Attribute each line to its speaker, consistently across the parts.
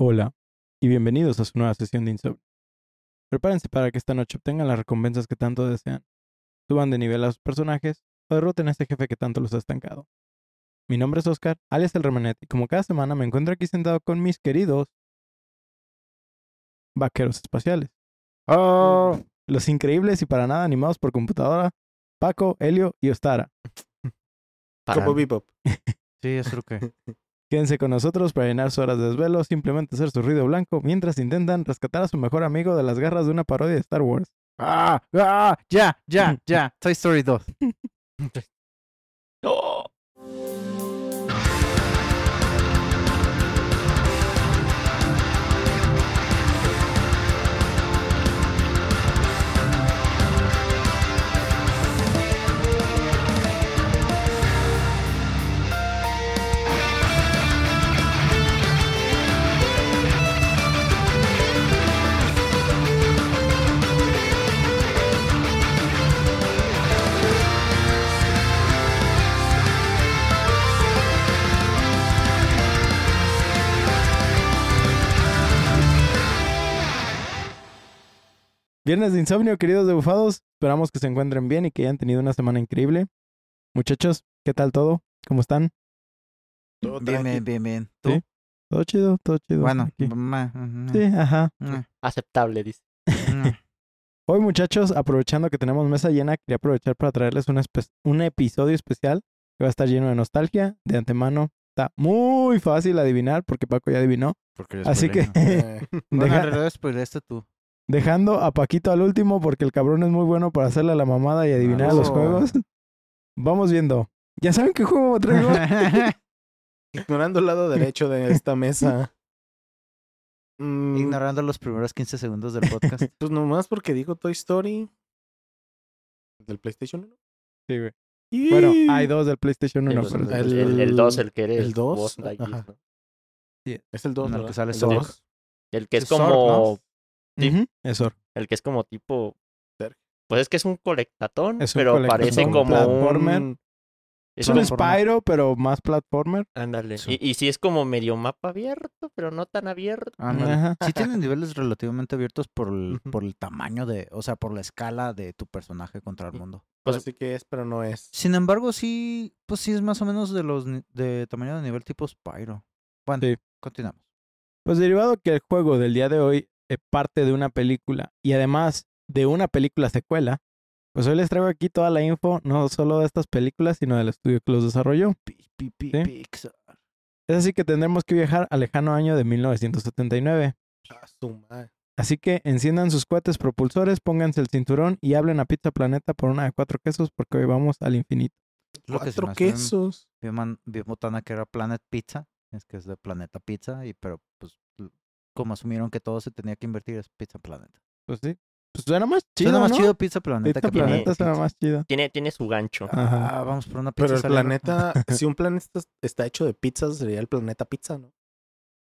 Speaker 1: Hola y bienvenidos a su nueva sesión de Insomnio. Prepárense para que esta noche obtengan las recompensas que tanto desean, suban de nivel a sus personajes o derroten a este jefe que tanto los ha estancado. Mi nombre es Oscar, alias el Remenet, y como cada semana me encuentro aquí sentado con mis queridos vaqueros espaciales,
Speaker 2: Oh,
Speaker 1: los increíbles y para nada animados por computadora, Paco, Helio y Ostara.
Speaker 2: como Bebop.
Speaker 3: Sí, es lo que.
Speaker 1: Quédense con nosotros para llenar sus horas de desvelo, simplemente hacer su ruido blanco mientras intentan rescatar a su mejor amigo de las garras de una parodia de Star Wars.
Speaker 2: Ah, ah,
Speaker 3: Ya,
Speaker 1: Mm.
Speaker 3: ya, ya. Toy Story 2.
Speaker 1: Viernes de insomnio, queridos debufados. Esperamos que se encuentren bien y que hayan tenido una semana increíble. Muchachos, ¿qué tal todo? ¿Cómo están?
Speaker 2: todo
Speaker 3: Bien, bien,
Speaker 2: tranqui.
Speaker 3: bien, bien. ¿Tú?
Speaker 1: Sí, Todo chido, todo chido.
Speaker 3: bueno,
Speaker 1: Aquí.
Speaker 3: ma- mm,
Speaker 1: Sí, ajá.
Speaker 3: mm,
Speaker 4: aceptable, dice.
Speaker 3: mm.
Speaker 1: Hoy, muchachos, aprovechando que tenemos mesa llena, quería aprovechar para traerles un, espe- un episodio especial que va a estar lleno de nostalgia. De antemano, está muy fácil adivinar porque Paco ya adivinó.
Speaker 2: Porque
Speaker 1: Así que
Speaker 2: Eh,
Speaker 3: Bueno, en
Speaker 1: deja-
Speaker 3: realidad spoileaste tú.
Speaker 1: dejando a Paquito al último porque el cabrón es muy bueno para hacerle la mamada y adivinar los
Speaker 3: Oh.
Speaker 1: juegos. Vamos viendo. Ya saben qué juego traigo.
Speaker 2: Mm. ignorando el lado derecho de esta mesa. Mm,
Speaker 3: Ignorando los primeros 15 segundos del podcast.
Speaker 2: Pues nomás porque digo Toy Story. Del PlayStation 1.
Speaker 1: Sí, güey.
Speaker 2: Y-
Speaker 1: Bueno, hay dos del PlayStation 1.
Speaker 4: el,
Speaker 1: pero-
Speaker 2: el-
Speaker 4: el, el 2, el que eres.
Speaker 2: el dos,
Speaker 4: Buzz Lightyear,
Speaker 2: ajá.
Speaker 4: ¿no?
Speaker 2: Es el 2.
Speaker 3: No, el que sale
Speaker 2: el
Speaker 3: solo.
Speaker 2: dos.
Speaker 4: El que es
Speaker 3: Es Zorg, ¿no?
Speaker 4: como. Sí.
Speaker 1: Ujú, es Zorg.
Speaker 4: El que es como tipo.
Speaker 2: Ser.
Speaker 4: Pues es que es un colectatón,
Speaker 1: Es un
Speaker 4: pero
Speaker 1: colectatón,
Speaker 4: parece
Speaker 1: un
Speaker 4: como
Speaker 1: platformer.
Speaker 4: un.
Speaker 1: Es
Speaker 4: Es
Speaker 1: un
Speaker 4: como-
Speaker 3: platformer.
Speaker 1: Spyro, pero más platformer.
Speaker 4: Ándale.
Speaker 2: Sí.
Speaker 4: Y, y sí es como medio mapa abierto, pero no tan abierto.
Speaker 3: Ándale.
Speaker 1: Ajá.
Speaker 3: Sí tienen niveles relativamente abiertos por el,
Speaker 2: Ujú.
Speaker 3: por el tamaño de, o sea, por la escala de tu personaje contra
Speaker 2: Mm.
Speaker 3: el
Speaker 4: Y-
Speaker 3: mundo.
Speaker 4: Pues-
Speaker 2: Así que es, pero no es.
Speaker 3: Sin embargo, sí, pues sí es más o menos de los ni- de tamaño de nivel tipo Spyro. Bueno,
Speaker 1: Sí.
Speaker 3: continuamos.
Speaker 1: Pues derivado que el juego del día de hoy es parte de una película y además de una película secuela, pues hoy les traigo aquí toda la info, no solo de estas películas, sino del estudio que los desarrolló.
Speaker 3: Pi- pi- pi-
Speaker 1: Sí.
Speaker 3: Pixar.
Speaker 1: Es así que tendremos que viajar al lejano año de 1979.
Speaker 2: Ah, su madre.
Speaker 1: Así que enciendan sus cohetes propulsores, pónganse el cinturón y hablen a Pizza Planeta por una de cuatro quesos porque hoy vamos al infinito.
Speaker 3: Lo que se
Speaker 2: Cuatro
Speaker 3: me hace bien-
Speaker 2: quesos.
Speaker 3: vi, man- vi botana que era Planet Pizza, es que es de Planeta Pizza, y pero pues l- como asumieron que todo se tenía que invertir es Pizza Planet.
Speaker 1: Pues sí. Pues suena más chido,
Speaker 3: suena más
Speaker 1: ¿no?
Speaker 3: chido Pizza Planeta
Speaker 1: Pizza
Speaker 3: que Planet
Speaker 1: Este Planeta suena
Speaker 3: Pizza.
Speaker 1: más chido.
Speaker 4: Tiene, tiene su gancho.
Speaker 1: Ajá.
Speaker 3: Ah, vamos por una pizza.
Speaker 2: Pero el
Speaker 3: sale gra-
Speaker 2: planeta, si un planeta está hecho de pizzas, sería el planeta pizza, ¿no?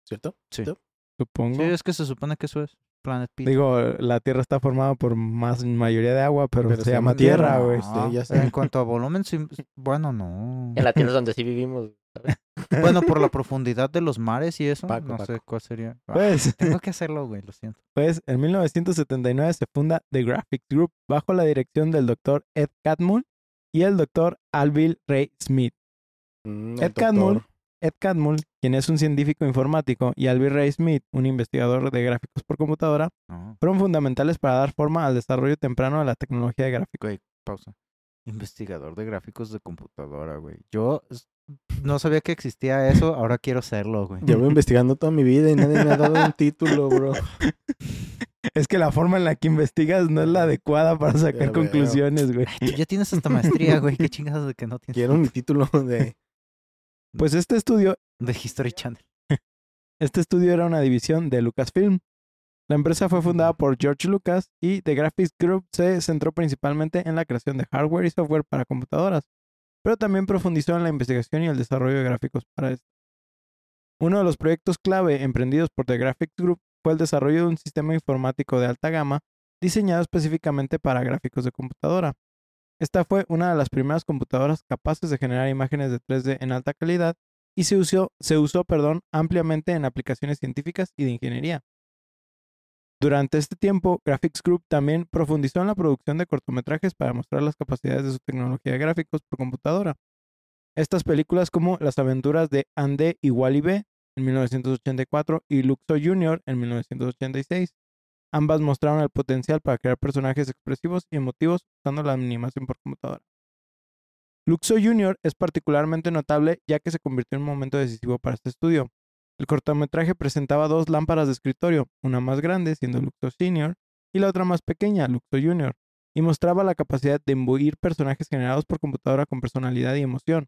Speaker 2: ¿Cierto?
Speaker 3: Sí.
Speaker 2: ¿Cierto?
Speaker 1: Supongo.
Speaker 3: Sí, es que se supone que eso es Planet Pizza.
Speaker 1: Digo, la Tierra está formada por más mayoría de agua, pero, se, llama Tierra, güey. este,
Speaker 2: sí, ya sé.
Speaker 3: En cuanto a volumen, sí, s- bueno, no.
Speaker 4: En la tierra donde sí vivimos. ¿sabes?
Speaker 3: Bueno, por la profundidad de los mares y eso,
Speaker 2: Paco,
Speaker 3: no sé
Speaker 2: Paco.
Speaker 3: cuál sería. Ah,
Speaker 1: Pues,
Speaker 3: tengo que hacerlo, güey, lo siento.
Speaker 1: pues, en 1979 se funda The Graphics Group bajo la dirección del doctor Ed Catmull y el doctor Alvin Ray Smith.
Speaker 2: Mm,
Speaker 1: Ed
Speaker 2: el
Speaker 1: Catmull,
Speaker 2: doctor.
Speaker 1: Ed Catmull, quien es un científico informático, y Alvin Ray Smith, un investigador de gráficos por computadora,
Speaker 3: No,
Speaker 1: fueron fundamentales para dar forma al desarrollo temprano de la tecnología de gráficos.
Speaker 3: güey, pausa. Investigador de gráficos de computadora, güey. Yo s- no sabía que existía eso, ahora quiero serlo, güey.
Speaker 2: Llevo investigando toda mi vida y nadie me ha dado un título, bro.
Speaker 1: Es que la forma en la que investigas no es la adecuada para
Speaker 2: veo.
Speaker 1: sacar conclusiones, güey.
Speaker 3: Tú ya tienes hasta maestría, güey. Qué chingados de que no tienes.
Speaker 2: Quiero mi título de.
Speaker 1: Pues este estudio
Speaker 3: De History Channel.
Speaker 1: Este estudio era una división de Lucasfilm. La empresa fue fundada por George Lucas y The Graphics Group se centró principalmente en la creación de hardware y software para computadoras, pero también profundizó en la investigación y el desarrollo de gráficos para esto. Uno de los proyectos clave emprendidos por The Graphics Group fue el desarrollo de un sistema informático de alta gama diseñado específicamente para gráficos de computadora. Esta fue una de las primeras computadoras capaces de generar imágenes de 3D en alta calidad y se usó, se usó perdón, ampliamente en aplicaciones científicas y de ingeniería. Durante este tiempo, Graphics Group también profundizó en la producción de cortometrajes para mostrar las capacidades de su tecnología de gráficos por computadora. Estas películas como Las aventuras de Ande y Wally B en 1984 y Luxo Jr. en 1986. Ambas mostraron el potencial para crear personajes expresivos y emotivos usando la animación por computadora. Luxo Jr. es particularmente notable ya que se convirtió en un momento decisivo para este estudio. El cortometraje presentaba dos lámparas de escritorio, una más grande siendo Luxo Sr. y la otra más pequeña, Luxo Jr., y mostraba la capacidad de imbuir personajes generados por computadora con personalidad y emoción.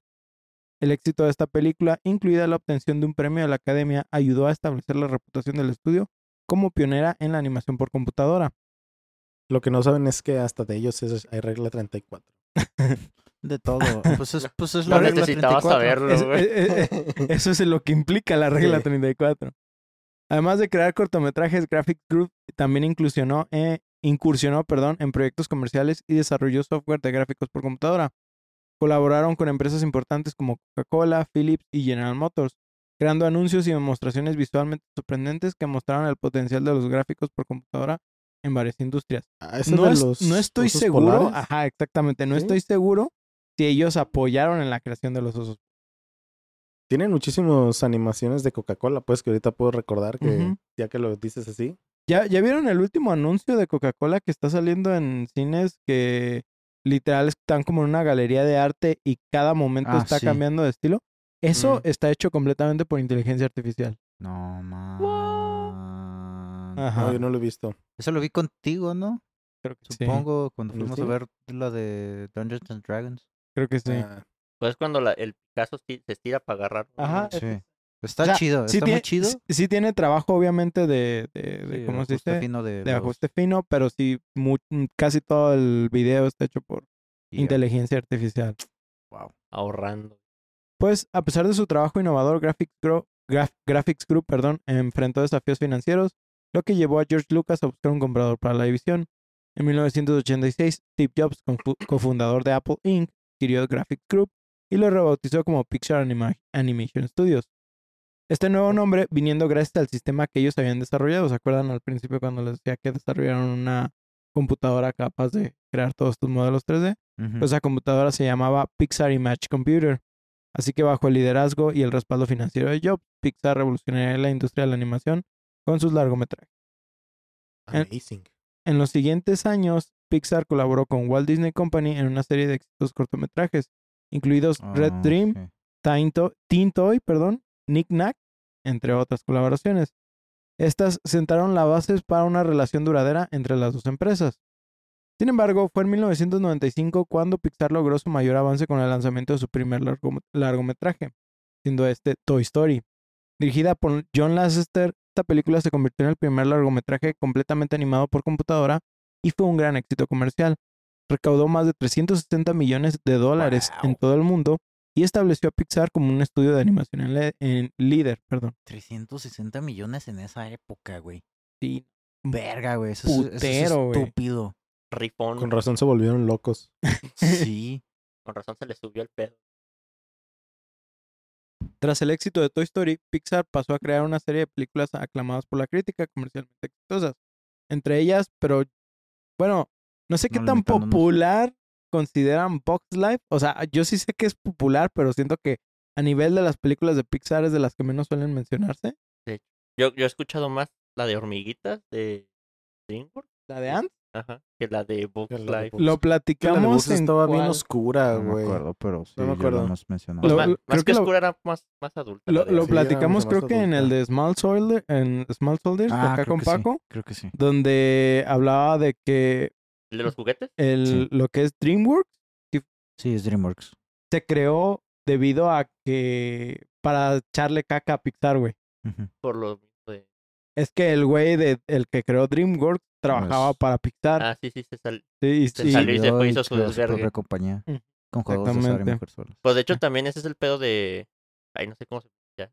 Speaker 1: El éxito de esta película, incluida la obtención de un premio de la Academia, ayudó a establecer la reputación del estudio como pionera en la animación por computadora.
Speaker 2: Lo que no saben es que hasta de ellos es, hay regla 34.
Speaker 3: De todo. Pues es, pues es la
Speaker 4: No
Speaker 3: regla
Speaker 4: necesitabas
Speaker 3: 34.
Speaker 4: saberlo,
Speaker 1: Es-
Speaker 4: güey.
Speaker 1: eh, eh, eh, eso es lo que implica la regla
Speaker 2: Sí.
Speaker 1: 34. Además de crear cortometrajes, Graphic Group también inclusionó, eh, incursionó perdón, en proyectos comerciales y desarrolló software de gráficos por computadora. Colaboraron con empresas importantes como Coca-Cola, Philips y General Motors, creando anuncios y demostraciones visualmente sorprendentes que mostraron el potencial de los gráficos por computadora en varias industrias.
Speaker 2: Ah, ¿eso
Speaker 1: No,
Speaker 2: de
Speaker 1: es-
Speaker 2: los
Speaker 1: no estoy
Speaker 2: osos
Speaker 1: seguro.
Speaker 2: polares?
Speaker 1: Ajá, exactamente. No
Speaker 2: Sí.
Speaker 1: estoy seguro si ellos apoyaron en la creación de los osos.
Speaker 2: Tienen muchísimas animaciones de Coca-Cola, pues que ahorita puedo recordar que
Speaker 1: Ujú.
Speaker 2: ya que lo dices así.
Speaker 1: ¿Ya, ya vieron el último anuncio de Coca-Cola que está saliendo en cines que literal están como en una galería de arte y cada momento
Speaker 3: Ah,
Speaker 1: está
Speaker 3: sí.
Speaker 1: cambiando de estilo? Eso
Speaker 2: Mm.
Speaker 1: está hecho completamente por inteligencia artificial.
Speaker 3: No, man.
Speaker 1: Ajá.
Speaker 2: No, yo no lo he visto.
Speaker 3: Eso lo vi contigo, ¿no?
Speaker 1: Creo que
Speaker 3: Supongo, cuando
Speaker 2: ¿En el
Speaker 3: fuimos a
Speaker 2: cine?
Speaker 3: ver la de Dungeons and Dragons.
Speaker 1: sí. Creo que sí.
Speaker 2: Ah,
Speaker 4: Pues cuando la- el Picasso esti- se estira para agarrar. un-
Speaker 1: Ajá.
Speaker 3: Sí.
Speaker 1: es-
Speaker 3: Está
Speaker 1: o sea,
Speaker 3: chido,
Speaker 1: sí
Speaker 3: está
Speaker 1: tiene,
Speaker 3: muy chido.
Speaker 1: Sí, sí tiene trabajo, obviamente, de, de, de
Speaker 3: Sí,
Speaker 1: ¿cómo se
Speaker 3: ajuste
Speaker 1: dice?
Speaker 3: fino de,
Speaker 1: de
Speaker 3: los
Speaker 1: ajuste fino, pero sí, mu- casi todo el video está hecho por
Speaker 3: guía.
Speaker 1: inteligencia artificial.
Speaker 3: Wow.
Speaker 4: Ahorrando.
Speaker 1: Pues, a pesar de su trabajo innovador, Graphics Gro- Graf- Graphics Group perdón, enfrentó desafíos financieros, lo que llevó a George Lucas a buscar un comprador para la división. En 1986, Steve Jobs, confu- cofundador de Apple Inc., adquirió Graphics Group y lo rebautizó como Picture Anima- Animation Studios. Este nuevo nombre viniendo gracias al sistema que ellos habían desarrollado. ¿Se acuerdan al principio cuando les decía que desarrollaron una computadora capaz de crear todos estos modelos 3D?
Speaker 3: Ujú.
Speaker 1: Esa Pues computadora se llamaba Pixar Image Computer. Así que bajo el liderazgo y el respaldo financiero de Jobs, Pixar revolucionaría la industria de la animación con sus largometrajes. En-
Speaker 2: amazing.
Speaker 1: En los siguientes años, Pixar colaboró con Walt Disney Company en una serie de exitosos cortometrajes, incluidos Red
Speaker 3: Ah,
Speaker 1: Dream,
Speaker 3: sí.
Speaker 1: Tinto- Teen Toy, perdón, Nick Knack, entre otras colaboraciones. Estas sentaron las bases para una relación duradera entre las dos empresas. Sin embargo, fue en 1995 cuando Pixar logró su mayor avance con el lanzamiento de su primer largo- largometraje, siendo este Toy Story. Dirigida por John Lasseter, esta película se convirtió en el primer largometraje completamente animado por computadora y fue un gran éxito comercial. Recaudó más de 360 millones de dólares en todo el mundo y estableció a Pixar como un estudio de animación en, le- en líder, perdón.
Speaker 3: 360 millones en esa época, güey.
Speaker 1: Sí.
Speaker 3: Verga, güey. Eso, es- eso
Speaker 1: Mm, Putero,
Speaker 3: es
Speaker 1: güey.
Speaker 3: estúpido.
Speaker 4: Rifón.
Speaker 2: Con
Speaker 4: Con,
Speaker 2: razón se volvieron locos.
Speaker 3: Sí.
Speaker 4: razón se le subió el pedo.
Speaker 1: Tras el éxito de Toy Story, Pixar pasó a crear una serie de películas aclamadas por la crítica comercialmente exitosas. Entre ellas, pero bueno, no sé qué
Speaker 3: No
Speaker 1: tan
Speaker 3: limitándonos.
Speaker 1: popular consideran Box Life. O sea, yo sí sé que es popular, pero siento que a nivel de las películas de Pixar es de las que menos suelen mencionarse.
Speaker 4: Yo, yo he escuchado más la de hormiguitas de DreamWorks.
Speaker 1: La de Ant.
Speaker 4: Ajá. Que la de Box
Speaker 2: Que la de
Speaker 4: Life.
Speaker 2: Box. Pues, Que
Speaker 1: Lo
Speaker 2: la de
Speaker 1: platicamos
Speaker 2: Buzz
Speaker 1: en
Speaker 2: estaba bien
Speaker 1: cuál-
Speaker 2: oscura,
Speaker 3: No me
Speaker 2: güey.
Speaker 3: acuerdo, pero sí,
Speaker 2: me
Speaker 3: ya
Speaker 2: acuerdo.
Speaker 3: lo hemos mencionado.
Speaker 4: Pues
Speaker 1: Lo-
Speaker 4: ma-
Speaker 1: lo-
Speaker 4: más,
Speaker 1: creo
Speaker 4: que,
Speaker 1: que lo-
Speaker 4: oscura era más, más adulta. la
Speaker 1: Lo, lo
Speaker 4: de Ant.
Speaker 2: Sí, era mucho
Speaker 1: platicamos
Speaker 2: más
Speaker 1: creo que en el
Speaker 2: adulta.
Speaker 1: de Small Soldier, en Small Soldiers,
Speaker 3: Ah,
Speaker 1: acá
Speaker 3: creo
Speaker 1: con
Speaker 3: que sí,
Speaker 1: Paco,
Speaker 3: Creo que sí.
Speaker 1: donde hablaba de que
Speaker 4: ¿El de los juguetes?
Speaker 1: el,
Speaker 3: Sí.
Speaker 1: lo que es DreamWorks
Speaker 3: Sí, es DreamWorks.
Speaker 1: se creó debido a que para echarle caca a Pixar, güey.
Speaker 3: Ujú.
Speaker 4: Por lo mismo de...
Speaker 1: Es que el güey de el que creó DreamWorks trabajaba
Speaker 3: Pues-
Speaker 1: para Pixar.
Speaker 4: Ah, sí, sí, se sal-
Speaker 1: sí, y-
Speaker 4: se
Speaker 1: y-
Speaker 4: salió. y se
Speaker 3: Salió
Speaker 4: fue,
Speaker 3: y
Speaker 4: hizo su
Speaker 3: creó
Speaker 4: desvergue.
Speaker 3: propia compañía.
Speaker 1: Mm,
Speaker 3: Con juegos de azar y
Speaker 1: exactamente.
Speaker 3: mujer solas.
Speaker 4: Pues de hecho también ese es el pedo de... Ay, no sé cómo se llama.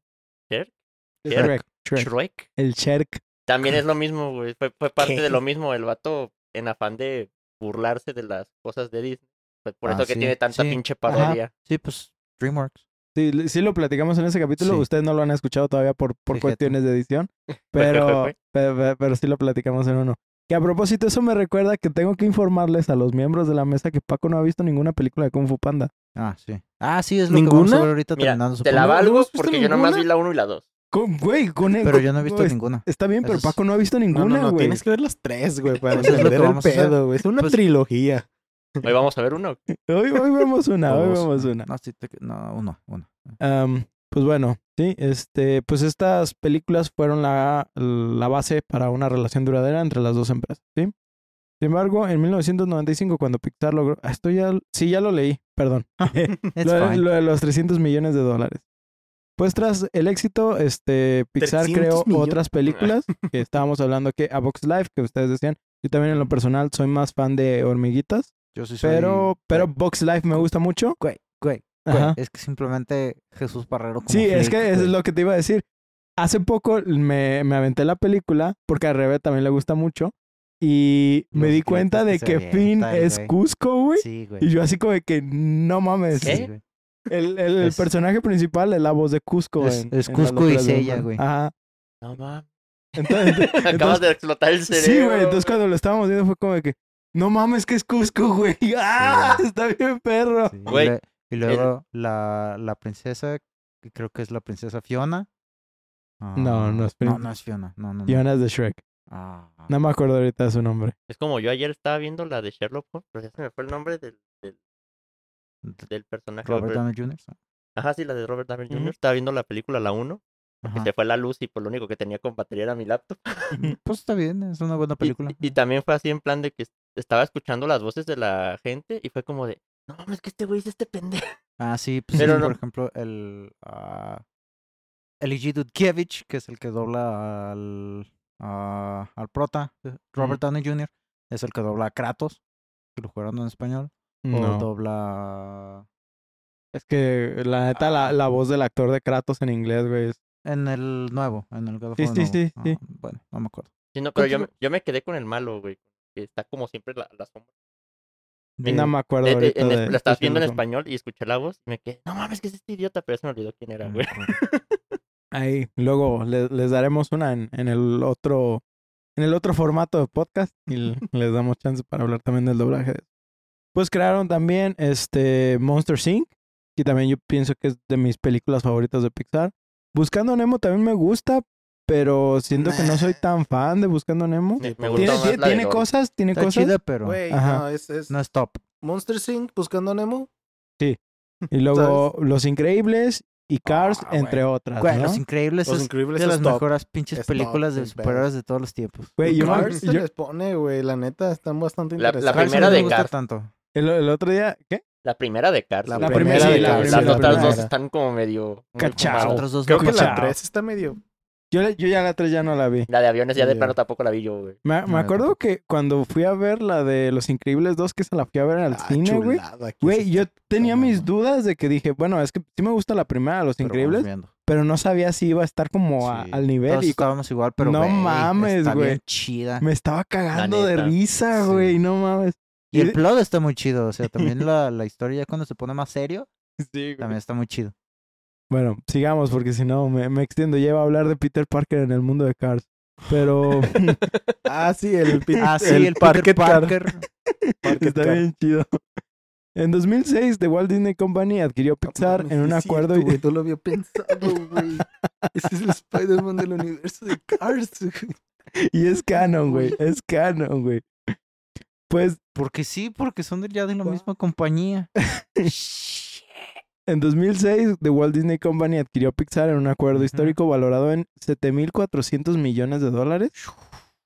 Speaker 1: Shrek,
Speaker 4: Shrek.
Speaker 1: Shrek.
Speaker 4: Shrek.
Speaker 1: El Shrek.
Speaker 4: También es lo mismo, güey. Fue, fue parte
Speaker 2: ¿Qué?
Speaker 4: de lo mismo. El vato, en afán de burlarse de las cosas de Disney. Pues por
Speaker 3: Ah,
Speaker 4: eso que
Speaker 3: sí,
Speaker 4: tiene tanta
Speaker 3: sí.
Speaker 4: pinche
Speaker 1: Ajá.
Speaker 4: parodia.
Speaker 3: Sí, pues DreamWorks.
Speaker 1: Sí, l- sí lo platicamos en ese capítulo.
Speaker 3: Sí.
Speaker 1: Ustedes no lo han escuchado todavía por, por
Speaker 3: Fíjate.
Speaker 1: cuestiones de edición, pero, pero, pero- pero sí lo platicamos en uno. Que a propósito, eso me recuerda que tengo que informarles a los miembros de la mesa que Paco no ha visto ninguna película de Kung Fu Panda.
Speaker 3: Ah, sí. Ah, sí, es lo que vamos a
Speaker 2: ¿Ninguna?
Speaker 3: ver ahorita
Speaker 4: Mira,
Speaker 3: terminando su
Speaker 4: te la
Speaker 2: ¿No- no
Speaker 4: valgo
Speaker 2: has visto
Speaker 4: porque yo nomás
Speaker 2: ninguna?
Speaker 4: vi la 1 y la 2.
Speaker 1: Con, güey, con el-
Speaker 3: Pero yo no he visto
Speaker 1: es-
Speaker 3: ninguna.
Speaker 1: Está bien, pero
Speaker 3: Eso es-
Speaker 1: Paco no ha visto
Speaker 2: No,
Speaker 1: ninguna,
Speaker 2: no, no,
Speaker 1: güey.
Speaker 2: tienes que ver las tres, güey, para
Speaker 3: Eso es lo que
Speaker 2: entender el
Speaker 3: vamos a hacer.
Speaker 2: pedo, güey. Es una
Speaker 3: Pues-
Speaker 2: trilogía.
Speaker 4: Hoy vamos a ver uno.
Speaker 1: Hoy, hoy vemos una, hoy
Speaker 3: Dos.
Speaker 1: vemos una.
Speaker 3: Ah, No, sí, te- no, uno, uno.
Speaker 1: Am, pues bueno, sí, este, pues estas películas fueron la, la base para una relación duradera entre las dos empresas, ¿sí? Sin embargo, en 1995, cuando Pixar logró. ah, Esto ya. Sí, ya lo leí, perdón.
Speaker 3: It's
Speaker 1: Lo, de-
Speaker 3: fine.
Speaker 1: lo de los 300 millones de dólares. Pues tras el éxito, este, Pixar
Speaker 2: 300
Speaker 1: creó
Speaker 2: millones.
Speaker 1: otras películas que estábamos hablando que a Box Life, que ustedes decían. Yo también en lo personal soy más fan de hormiguitas,
Speaker 3: Yo sí soy-
Speaker 1: pero, pero Box Life me gusta mucho.
Speaker 3: Güey, güey, güey,
Speaker 1: Ajá.
Speaker 3: Es que simplemente Jesús Parrero. como
Speaker 1: Sí, es
Speaker 3: Flick,
Speaker 1: que eso es
Speaker 3: güey.
Speaker 1: lo que te iba a decir. Hace poco me, me aventé la película, porque a Rebe también le gusta mucho, y me
Speaker 3: Los
Speaker 1: di cuenta de
Speaker 3: gritos que
Speaker 1: que
Speaker 3: se
Speaker 1: Finn
Speaker 3: avienta el
Speaker 1: es
Speaker 3: güey.
Speaker 1: Cusco, güey.
Speaker 3: Sí, güey.
Speaker 1: Y yo así como de que no mames.
Speaker 4: ¿Qué?
Speaker 3: Sí, güey.
Speaker 1: El, el- el
Speaker 3: Es-
Speaker 1: personaje principal es la voz de Cusco.
Speaker 3: Es-
Speaker 1: en-
Speaker 3: es
Speaker 1: en las
Speaker 3: Cusco y
Speaker 1: locuras de
Speaker 3: Seiya,
Speaker 1: Batman.
Speaker 3: güey.
Speaker 1: Ajá.
Speaker 4: No mames.
Speaker 1: Entonces,
Speaker 4: Acabas de explotar el cerebro.
Speaker 1: sí, güey. Entonces cuando lo estábamos viendo fue como de que, no mames que es Cusco, güey. ¡Ah!
Speaker 3: güey.
Speaker 1: Está bien, perro.
Speaker 3: Sí, y
Speaker 4: Güey,
Speaker 3: le- Y luego la, la princesa, que creo que es la princesa Fiona.
Speaker 1: No, no es
Speaker 3: Ah, No,
Speaker 1: prin-
Speaker 3: no es Fiona. No, no, no.
Speaker 1: Y Jonas de Shrek.
Speaker 3: Ah,
Speaker 1: No me acuerdo ahorita de su nombre.
Speaker 4: Es como yo ayer estaba viendo la de Sherlock Holmes, pero ya se me fue el nombre del, del,
Speaker 3: D-
Speaker 4: del personaje. güey,
Speaker 3: Robert
Speaker 4: pero-
Speaker 3: Downey Jr. ¿no?
Speaker 4: Ajá, sí, la de Robert Downey
Speaker 1: Ujú.
Speaker 4: Jr. Estaba viendo la película La 1, que
Speaker 3: Ajá.
Speaker 4: se fue la luz y por lo único que tenía con batería era mi laptop.
Speaker 3: Pues está bien, es una buena
Speaker 4: Y-
Speaker 3: película.
Speaker 4: Y, y también fue así en plan de que estaba escuchando las voces de la gente y fue como de, no mames, que este güey es este pendejo.
Speaker 3: Ah, sí, pues
Speaker 4: Pero
Speaker 3: es, por
Speaker 4: no-
Speaker 3: ejemplo, el. ah, Eligi Dudkiewicz, que es el que dobla al. ah, al prota,
Speaker 1: Mm.
Speaker 3: eh, Robert Downey Jr., es el que dobla a Kratos, que lo jugaron en español. O
Speaker 1: No.
Speaker 3: dobla.
Speaker 1: Es que la neta, la,
Speaker 4: Ah.
Speaker 1: la voz del actor de Kratos en inglés, güey, es
Speaker 3: En el nuevo, en el God of
Speaker 1: Sí,
Speaker 3: War
Speaker 1: sí,
Speaker 3: nuevo.
Speaker 1: sí, sí.
Speaker 3: Ah, bueno, no me acuerdo.
Speaker 4: Sí, no, pero yo, me-
Speaker 3: Continúa.
Speaker 4: yo me quedé con el malo, güey. Que está como siempre la, la sombra.
Speaker 3: De-
Speaker 1: No me acuerdo
Speaker 4: Eh, eh,
Speaker 1: ahorita
Speaker 4: en es-
Speaker 1: de-
Speaker 4: la estabas
Speaker 1: de
Speaker 4: viendo en
Speaker 1: Sherlock Holmes.
Speaker 4: español y escuché la voz y me quedé, no mames, que es este idiota, pero se me olvidó quién era,
Speaker 3: no me
Speaker 4: güey.
Speaker 3: acuerdo.
Speaker 1: Ahí, luego le- les daremos una en, en el otro en el otro formato de podcast y l- les damos chance para hablar también del doblaje. Pues crearon también este Monster Inc., que también yo pienso que es de mis películas favoritas de Pixar. Buscando Nemo también me gusta, pero siento que no soy tan fan de Buscando Nemo.
Speaker 4: Me,
Speaker 2: Tiene-
Speaker 4: me
Speaker 1: Tiene,
Speaker 4: gustó más
Speaker 1: tiene-
Speaker 4: la de
Speaker 1: tiene
Speaker 4: Dory.
Speaker 1: cosas, tiene
Speaker 3: Está
Speaker 1: cosas.
Speaker 3: chida, pero
Speaker 2: Güey,
Speaker 1: Ajá.
Speaker 2: no, es, es
Speaker 3: no es top.
Speaker 2: Monster Inc. buscando a Nemo.
Speaker 1: Y luego Los Increíbles y Cars,
Speaker 2: Ah, güey.
Speaker 1: entre otras.
Speaker 3: Güey,
Speaker 1: ¿no?
Speaker 3: Los Increíbles
Speaker 2: Los
Speaker 3: es
Speaker 2: Increíbles
Speaker 3: de
Speaker 2: es
Speaker 3: las
Speaker 2: top.
Speaker 3: mejores pinches
Speaker 2: Es top,
Speaker 3: películas de
Speaker 2: sin pedos.
Speaker 3: superhéroes de todos los tiempos.
Speaker 1: Güey, yo me-
Speaker 2: Cars se
Speaker 1: yo-
Speaker 2: les pone, güey. La neta, están bastante
Speaker 4: La- la
Speaker 2: interesantes.
Speaker 3: Cars no
Speaker 4: primera
Speaker 3: me
Speaker 4: de
Speaker 3: gusta
Speaker 4: Cars.
Speaker 3: tanto.
Speaker 1: el, el otro día, ¿qué?
Speaker 4: La primera de Cars.
Speaker 2: La
Speaker 4: güey.
Speaker 1: primera Sí, de la Cars, primera,
Speaker 4: Las
Speaker 1: la
Speaker 4: otras dos
Speaker 2: primera.
Speaker 4: están como medio. muy
Speaker 1: Cachao. Au.
Speaker 3: Las
Speaker 4: fumadas.
Speaker 3: otras dos
Speaker 2: Creo
Speaker 3: no
Speaker 2: que la
Speaker 3: tanto.
Speaker 1: Chao.
Speaker 2: 3 está medio.
Speaker 1: Yo, le- yo ya la tres ya no la vi.
Speaker 4: La de aviones ya de
Speaker 2: Ya.
Speaker 4: plano tampoco la vi yo, güey.
Speaker 1: Me, me
Speaker 3: yo
Speaker 1: acuerdo
Speaker 3: tampoco.
Speaker 1: que cuando fui a ver la de Los Increíbles 2, que se la fui a ver al
Speaker 2: Ah,
Speaker 1: cine, güey.
Speaker 2: chulada, aquí
Speaker 1: Güey,
Speaker 2: sí.
Speaker 1: yo tenía
Speaker 2: mamá.
Speaker 1: mis dudas de que dije, bueno, es que sí me gusta la primera, Los
Speaker 3: pero vamos
Speaker 1: Increíbles,
Speaker 3: viendo.
Speaker 1: pero no sabía si iba a estar como a-
Speaker 3: Sí,
Speaker 1: al nivel.
Speaker 3: Todos
Speaker 1: Y cu-
Speaker 3: estábamos igual, pero
Speaker 1: No
Speaker 3: güey,
Speaker 1: mames,
Speaker 3: está
Speaker 1: güey.
Speaker 3: bien chida.
Speaker 1: me estaba cagando de
Speaker 4: neta.
Speaker 1: risa,
Speaker 3: Sí.
Speaker 1: güey, no mames.
Speaker 3: Y el plot está muy chido, o sea, también la, la historia ya cuando se pone más serio, también está muy chido.
Speaker 1: Bueno, sigamos porque si no me, me extiendo. Ya iba a hablar de Peter Parker en el mundo de Cars. Pero
Speaker 2: Ah, sí, el, pi-
Speaker 3: Ah, sí, el, Peter
Speaker 2: Parquet Car.
Speaker 3: Parker.
Speaker 2: Parquet
Speaker 1: está
Speaker 2: Car.
Speaker 1: bien chido. En 2006, The Walt Disney Company adquirió
Speaker 2: No
Speaker 1: Pixar
Speaker 2: mames,
Speaker 1: en
Speaker 2: sí
Speaker 1: un
Speaker 2: es
Speaker 1: acuerdo...
Speaker 2: cierto,
Speaker 1: y-
Speaker 2: güey, no lo había pensado, güey. Ese es el Spider-Man del universo de Cars. güey.
Speaker 1: Y es canon, güey. Es canon, güey. Pues
Speaker 3: Porque sí, porque son de- ya de la
Speaker 2: Guau.
Speaker 3: misma compañía.
Speaker 1: en 2006, The Walt Disney Company adquirió Pixar en un acuerdo
Speaker 3: Ujú.
Speaker 1: histórico valorado en 7.400 millones de dólares.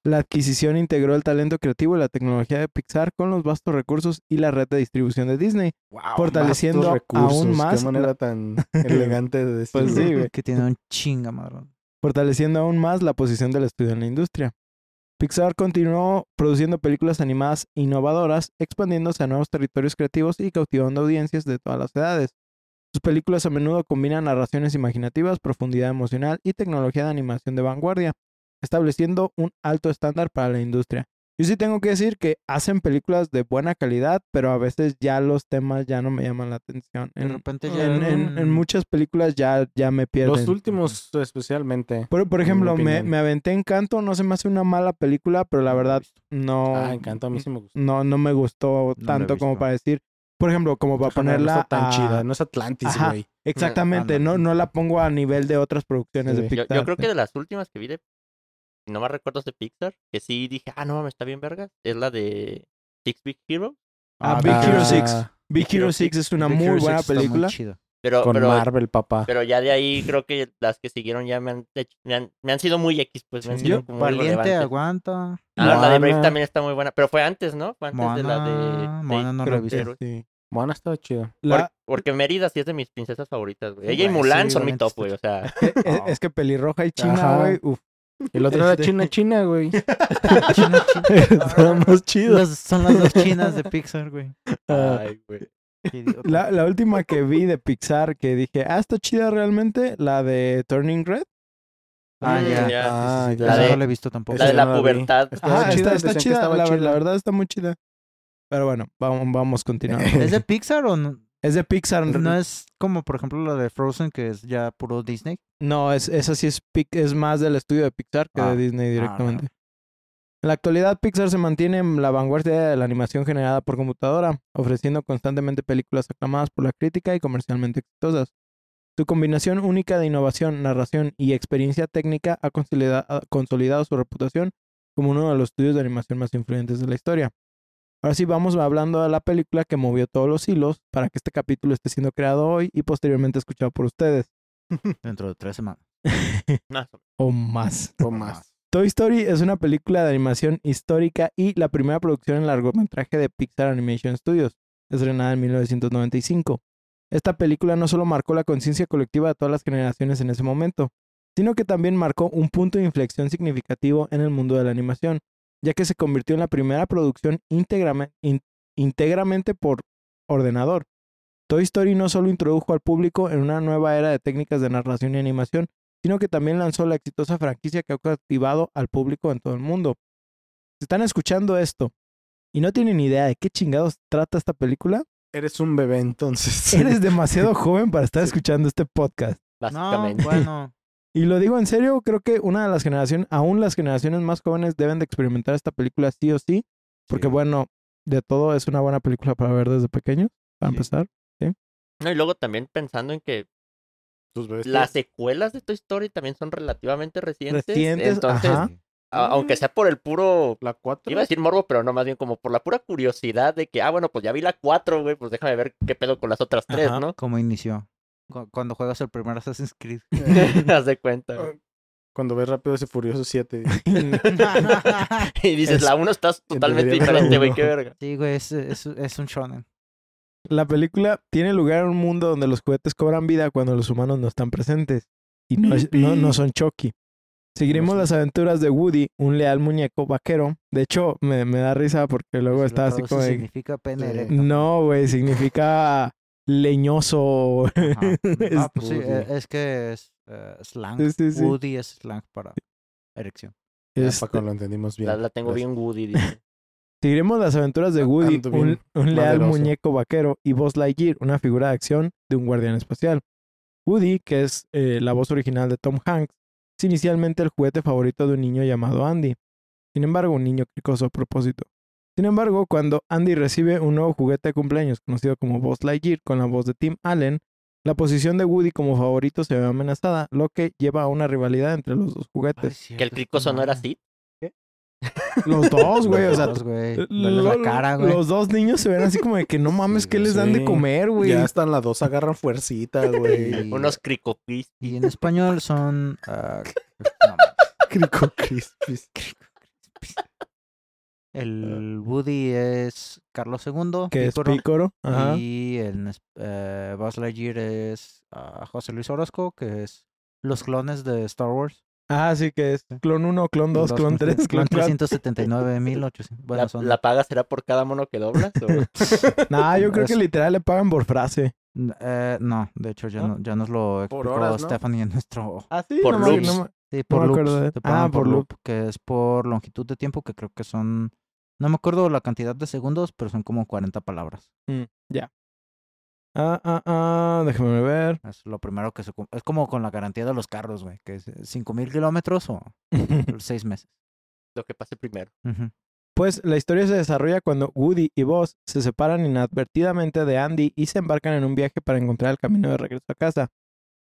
Speaker 1: La adquisición integró el talento creativo y la tecnología de Pixar con los vastos recursos y la red de distribución de Disney. Fortaleciendo
Speaker 2: Vastos
Speaker 1: aún más
Speaker 2: Qué
Speaker 1: la-
Speaker 2: manera tan elegante de decirlo.
Speaker 1: Pues sí, güey.
Speaker 3: que tiene un chinga madrón.
Speaker 1: Fortaleciendo aún más la posición del estudio en la industria. Pixar continuó produciendo películas animadas innovadoras, expandiéndose a nuevos territorios creativos y cautivando audiencias de todas las edades. Sus películas a menudo combinan narraciones imaginativas, profundidad emocional y tecnología de animación de vanguardia, estableciendo un alto estándar para la industria. Yo sí tengo que decir que hacen películas de buena calidad, pero a veces ya los temas ya no me llaman la atención.
Speaker 3: De
Speaker 1: En,
Speaker 3: repente ya.
Speaker 1: en, en-
Speaker 3: no-
Speaker 4: Mm.
Speaker 1: en muchas películas ya, ya me pierden.
Speaker 5: Los últimos especialmente.
Speaker 1: Por, por
Speaker 5: en mi
Speaker 1: ejemplo, me,
Speaker 5: opinión.
Speaker 1: me aventé Encanto, no se me hace una mala película, pero la verdad no,
Speaker 5: Ah, Encanto, a mí sí me gustó.
Speaker 1: no, no me gustó
Speaker 3: he
Speaker 1: tanto como
Speaker 3: visto.
Speaker 1: para decir. Por ejemplo, como para
Speaker 5: Ojalá no
Speaker 1: ponerla
Speaker 5: está tan
Speaker 1: a-
Speaker 5: chida, no es Atlantis,
Speaker 1: Ajá.
Speaker 5: güey.
Speaker 1: Exactamente, no,
Speaker 3: ándale.
Speaker 1: no la pongo a nivel de otras producciones
Speaker 5: Sí.
Speaker 1: de
Speaker 4: Yo,
Speaker 1: Pixar.
Speaker 4: yo creo que de las últimas que vi de. Si no más recuerdo de Pixar, que sí dije, ah, no mames, está bien, vergas. Es la de Six Big Hero.
Speaker 1: Ah, Big Hero
Speaker 5: Ah,
Speaker 1: 6. Big Hero
Speaker 4: Hero
Speaker 1: 6 es una
Speaker 3: Big Hero
Speaker 1: muy buena
Speaker 3: Six está muy
Speaker 1: película.
Speaker 3: chida.
Speaker 4: Pero,
Speaker 5: Con
Speaker 4: pero,
Speaker 5: Marvel, papá.
Speaker 4: pero ya de ahí creo que las que siguieron ya me han, hecho- me han, me han sido muy X, pues me han
Speaker 1: Sí.
Speaker 4: sido
Speaker 1: Yo-
Speaker 4: como muy
Speaker 3: Valiente,
Speaker 4: relevantes.
Speaker 3: aguanta.
Speaker 4: Ah, la de Brave
Speaker 5: Moana.
Speaker 4: también está muy buena. Pero fue antes, ¿no? Fue antes de la
Speaker 3: Moana-
Speaker 4: de.
Speaker 3: Moana
Speaker 4: de-
Speaker 3: no
Speaker 4: de-
Speaker 3: la he visto.
Speaker 4: héroes.
Speaker 1: Sí.
Speaker 5: Moana estaba chida.
Speaker 1: La-
Speaker 4: Por- Porque Mérida sí es de mis princesas favoritas, güey. Ella y
Speaker 3: Güey,
Speaker 4: Mulan
Speaker 3: sí,
Speaker 4: son mi
Speaker 3: obviamente
Speaker 4: top,
Speaker 3: está
Speaker 4: güey. O sea,
Speaker 1: e- e- es que pelirroja y china,
Speaker 5: Ajá.
Speaker 1: güey. Uf.
Speaker 5: El otro era
Speaker 1: Este-
Speaker 5: China China, güey.
Speaker 3: China, china.
Speaker 5: Estaba más chido.
Speaker 3: Las- son las dos chinas de Pixar, güey.
Speaker 4: ay, güey.
Speaker 3: Qué idiota.
Speaker 1: La, la última que vi de Pixar que dije, ah, está chida realmente, la de Turning Red.
Speaker 3: Ah,
Speaker 4: Mm,
Speaker 3: ya.
Speaker 4: ya.
Speaker 5: Ah,
Speaker 3: Esa
Speaker 5: ya.
Speaker 4: La de-
Speaker 3: no la he visto tampoco.
Speaker 4: La
Speaker 5: Esa
Speaker 4: de
Speaker 5: yo no
Speaker 4: la
Speaker 5: la vi.
Speaker 4: pubertad.
Speaker 5: Estaba
Speaker 1: Ajá,
Speaker 5: chida,
Speaker 1: está, está
Speaker 5: decían que
Speaker 1: chida,
Speaker 5: estaba
Speaker 1: la, ver-
Speaker 5: chida.
Speaker 1: la verdad está muy chida. Pero bueno, vamos, vamos continuando.
Speaker 3: ¿Es de Pixar o no?
Speaker 1: es de Pixar.
Speaker 3: No
Speaker 1: No, es,
Speaker 3: es como, por ejemplo, la de Frozen, que es ya puro Disney.
Speaker 1: esa sí es, pic- es más del estudio de Pixar que
Speaker 3: Ah,
Speaker 1: de Disney
Speaker 3: ah,
Speaker 1: directamente. En la actualidad, Pixar se mantiene en la vanguardia de la animación generada por computadora, ofreciendo constantemente películas aclamadas por la crítica y comercialmente exitosas. Su combinación única de innovación, narración y experiencia técnica ha consolida- ha consolidado su reputación como uno de los estudios de animación más influyentes de la historia. Ahora sí, vamos hablando de la película que movió todos los hilos para que este capítulo esté siendo creado hoy y posteriormente escuchado por ustedes,
Speaker 3: Dentro de tres semanas.
Speaker 4: No,
Speaker 1: o más.
Speaker 5: O más.
Speaker 1: Toy Story es una película de animación histórica y la primera producción en largometraje de Pixar Animation Studios, estrenada en 1995. Esta película no solo marcó la conciencia colectiva de todas las generaciones en ese momento, sino que también marcó un punto de inflexión significativo en el mundo de la animación, ya que se convirtió en la primera producción íntegrame- in- íntegramente por ordenador. Toy Story no solo introdujo al público en una nueva era de técnicas de narración y animación, sino que también lanzó la exitosa franquicia que ha cautivado al público en todo el mundo. Si están escuchando esto y no tienen idea de qué chingados trata esta película,
Speaker 5: Eres un bebé, entonces.
Speaker 1: eres demasiado joven para estar escuchando este podcast.
Speaker 3: No,
Speaker 4: básicamente.
Speaker 3: bueno.
Speaker 1: Y lo digo en serio, creo que una de las generaciones, aún las generaciones más jóvenes deben de experimentar esta película sí o sí, porque
Speaker 3: Sí.
Speaker 1: bueno, de todo es una buena película para ver desde pequeños, para
Speaker 3: Sí.
Speaker 1: empezar.
Speaker 4: No, y luego también pensando en que
Speaker 5: Tus bebés.
Speaker 4: las secuelas de Toy Story también son relativamente recientes.
Speaker 1: Recientes,
Speaker 4: entonces,
Speaker 1: ajá.
Speaker 4: a- aunque sea por el puro.
Speaker 5: La 4.
Speaker 4: Iba a decir morbo, pero no, más bien como por la pura curiosidad de que, ah, bueno, pues ya vi la 4, güey, pues déjame ver qué pedo con las otras tres,
Speaker 1: Ajá.
Speaker 4: ¿no?
Speaker 3: ¿Cómo inició? Cu- Cuando juegas el primer Assassin's Creed.
Speaker 4: Haz de cuenta. güey.
Speaker 5: Cuando ves rápido ese furioso 7.
Speaker 4: Y dices,
Speaker 5: Es-
Speaker 4: la 1 está totalmente
Speaker 5: debería haber
Speaker 4: diferente, güey,
Speaker 5: uno.
Speaker 4: qué verga.
Speaker 3: sí, güey, es, es, es un shonen.
Speaker 1: La película tiene lugar en un mundo donde los juguetes cobran vida cuando los humanos no están presentes y no, es- no- no son Chucky. Seguiremos las aventuras de Woody, un leal muñeco vaquero. De hecho, me, me da risa porque luego
Speaker 3: Si lo
Speaker 1: está así
Speaker 3: traduces,
Speaker 1: como... de,
Speaker 3: Significa pene
Speaker 5: Sí.
Speaker 3: erecta.
Speaker 1: no, güey, significa leñoso.
Speaker 3: Ajá. Ah, pues sí,
Speaker 5: Woody.
Speaker 3: eh, es que es eh, slang.
Speaker 1: Sí, sí, sí.
Speaker 3: Woody es slang para erección.
Speaker 5: Ya,
Speaker 1: Este,
Speaker 5: Paco, lo entendimos bien.
Speaker 4: La, la tengo
Speaker 5: Gracias.
Speaker 4: bien Woody, dice.
Speaker 1: seguiremos las aventuras de Woody,
Speaker 5: Ah, Ando
Speaker 1: un,
Speaker 5: bien
Speaker 1: un leal
Speaker 5: maderoso.
Speaker 1: muñeco vaquero, y Buzz Lightyear, una figura de acción de un guardián espacial. Woody, que es eh, la voz original de Tom Hanks, es inicialmente el juguete favorito de un niño llamado Andy. Sin embargo, un niño cricoso a propósito. Sin embargo, cuando Andy recibe un nuevo juguete de cumpleaños conocido como Buzz Lightyear con la voz de Tim Allen, la posición de Woody como favorito se ve amenazada, lo que lleva a una rivalidad entre los dos juguetes.
Speaker 4: Que el cricoso no era así.
Speaker 1: Los dos, güey, o sea,
Speaker 3: eh, Los dos, güey. Dale
Speaker 1: Eh, lo-
Speaker 3: la cara, güey.
Speaker 1: Los dos niños se ven así como de que no mames,
Speaker 5: Sí,
Speaker 1: ¿qué les
Speaker 5: güey.
Speaker 1: dan de comer, güey? Este
Speaker 5: Ya están las dos, agarran fuercita, güey.
Speaker 3: Sí.
Speaker 4: Unos cricopis.
Speaker 3: Y en español son. ah, no,
Speaker 5: Crico Crispis.
Speaker 3: el Woody es Carlos II.
Speaker 1: Que es
Speaker 3: Piccolo,
Speaker 1: pícoro. Ajá.
Speaker 3: Y el nes- eh, Buzz Lightyear es ah, José Luis Orozco, que es los clones de Star Wars.
Speaker 1: Ah, sí, que es clon 1, clon 2,
Speaker 3: Los
Speaker 1: clon 3, clon 4.
Speaker 3: 379, 1800. Bueno,
Speaker 4: la,
Speaker 3: son.
Speaker 4: la paga será por cada mono que doblas? o-
Speaker 1: Nah, yo creo que
Speaker 3: Es-
Speaker 1: literal le pagan por frase.
Speaker 3: N- eh, no, de hecho ya,
Speaker 1: ¿No?
Speaker 3: ¿No? ya nos lo
Speaker 5: Por
Speaker 3: explicó
Speaker 5: horas, ¿no?
Speaker 3: Stephanie en nuestro
Speaker 1: Ah, sí,
Speaker 4: Por
Speaker 1: no me-
Speaker 4: loops.
Speaker 1: no me-
Speaker 3: Sí,
Speaker 1: No
Speaker 3: por
Speaker 1: me
Speaker 3: loops.
Speaker 1: acuerdo de-
Speaker 3: te
Speaker 1: Ah,
Speaker 3: pagan
Speaker 1: por
Speaker 3: por, loop, que es por longitud de tiempo, que creo que son No me acuerdo la cantidad de segundos, pero son como 40 palabras.
Speaker 1: Ah, ah, ah, déjame ver.
Speaker 3: Es lo primero que se... cum- Es como con la garantía de los carros, güey, que es eh, 5.000 kilómetros o 6 meses.
Speaker 4: Lo que pase primero.
Speaker 3: Ujú.
Speaker 1: Pues la historia se desarrolla cuando Woody y Buzz se separan inadvertidamente de Andy y se embarcan en un viaje para encontrar el camino de regreso a casa.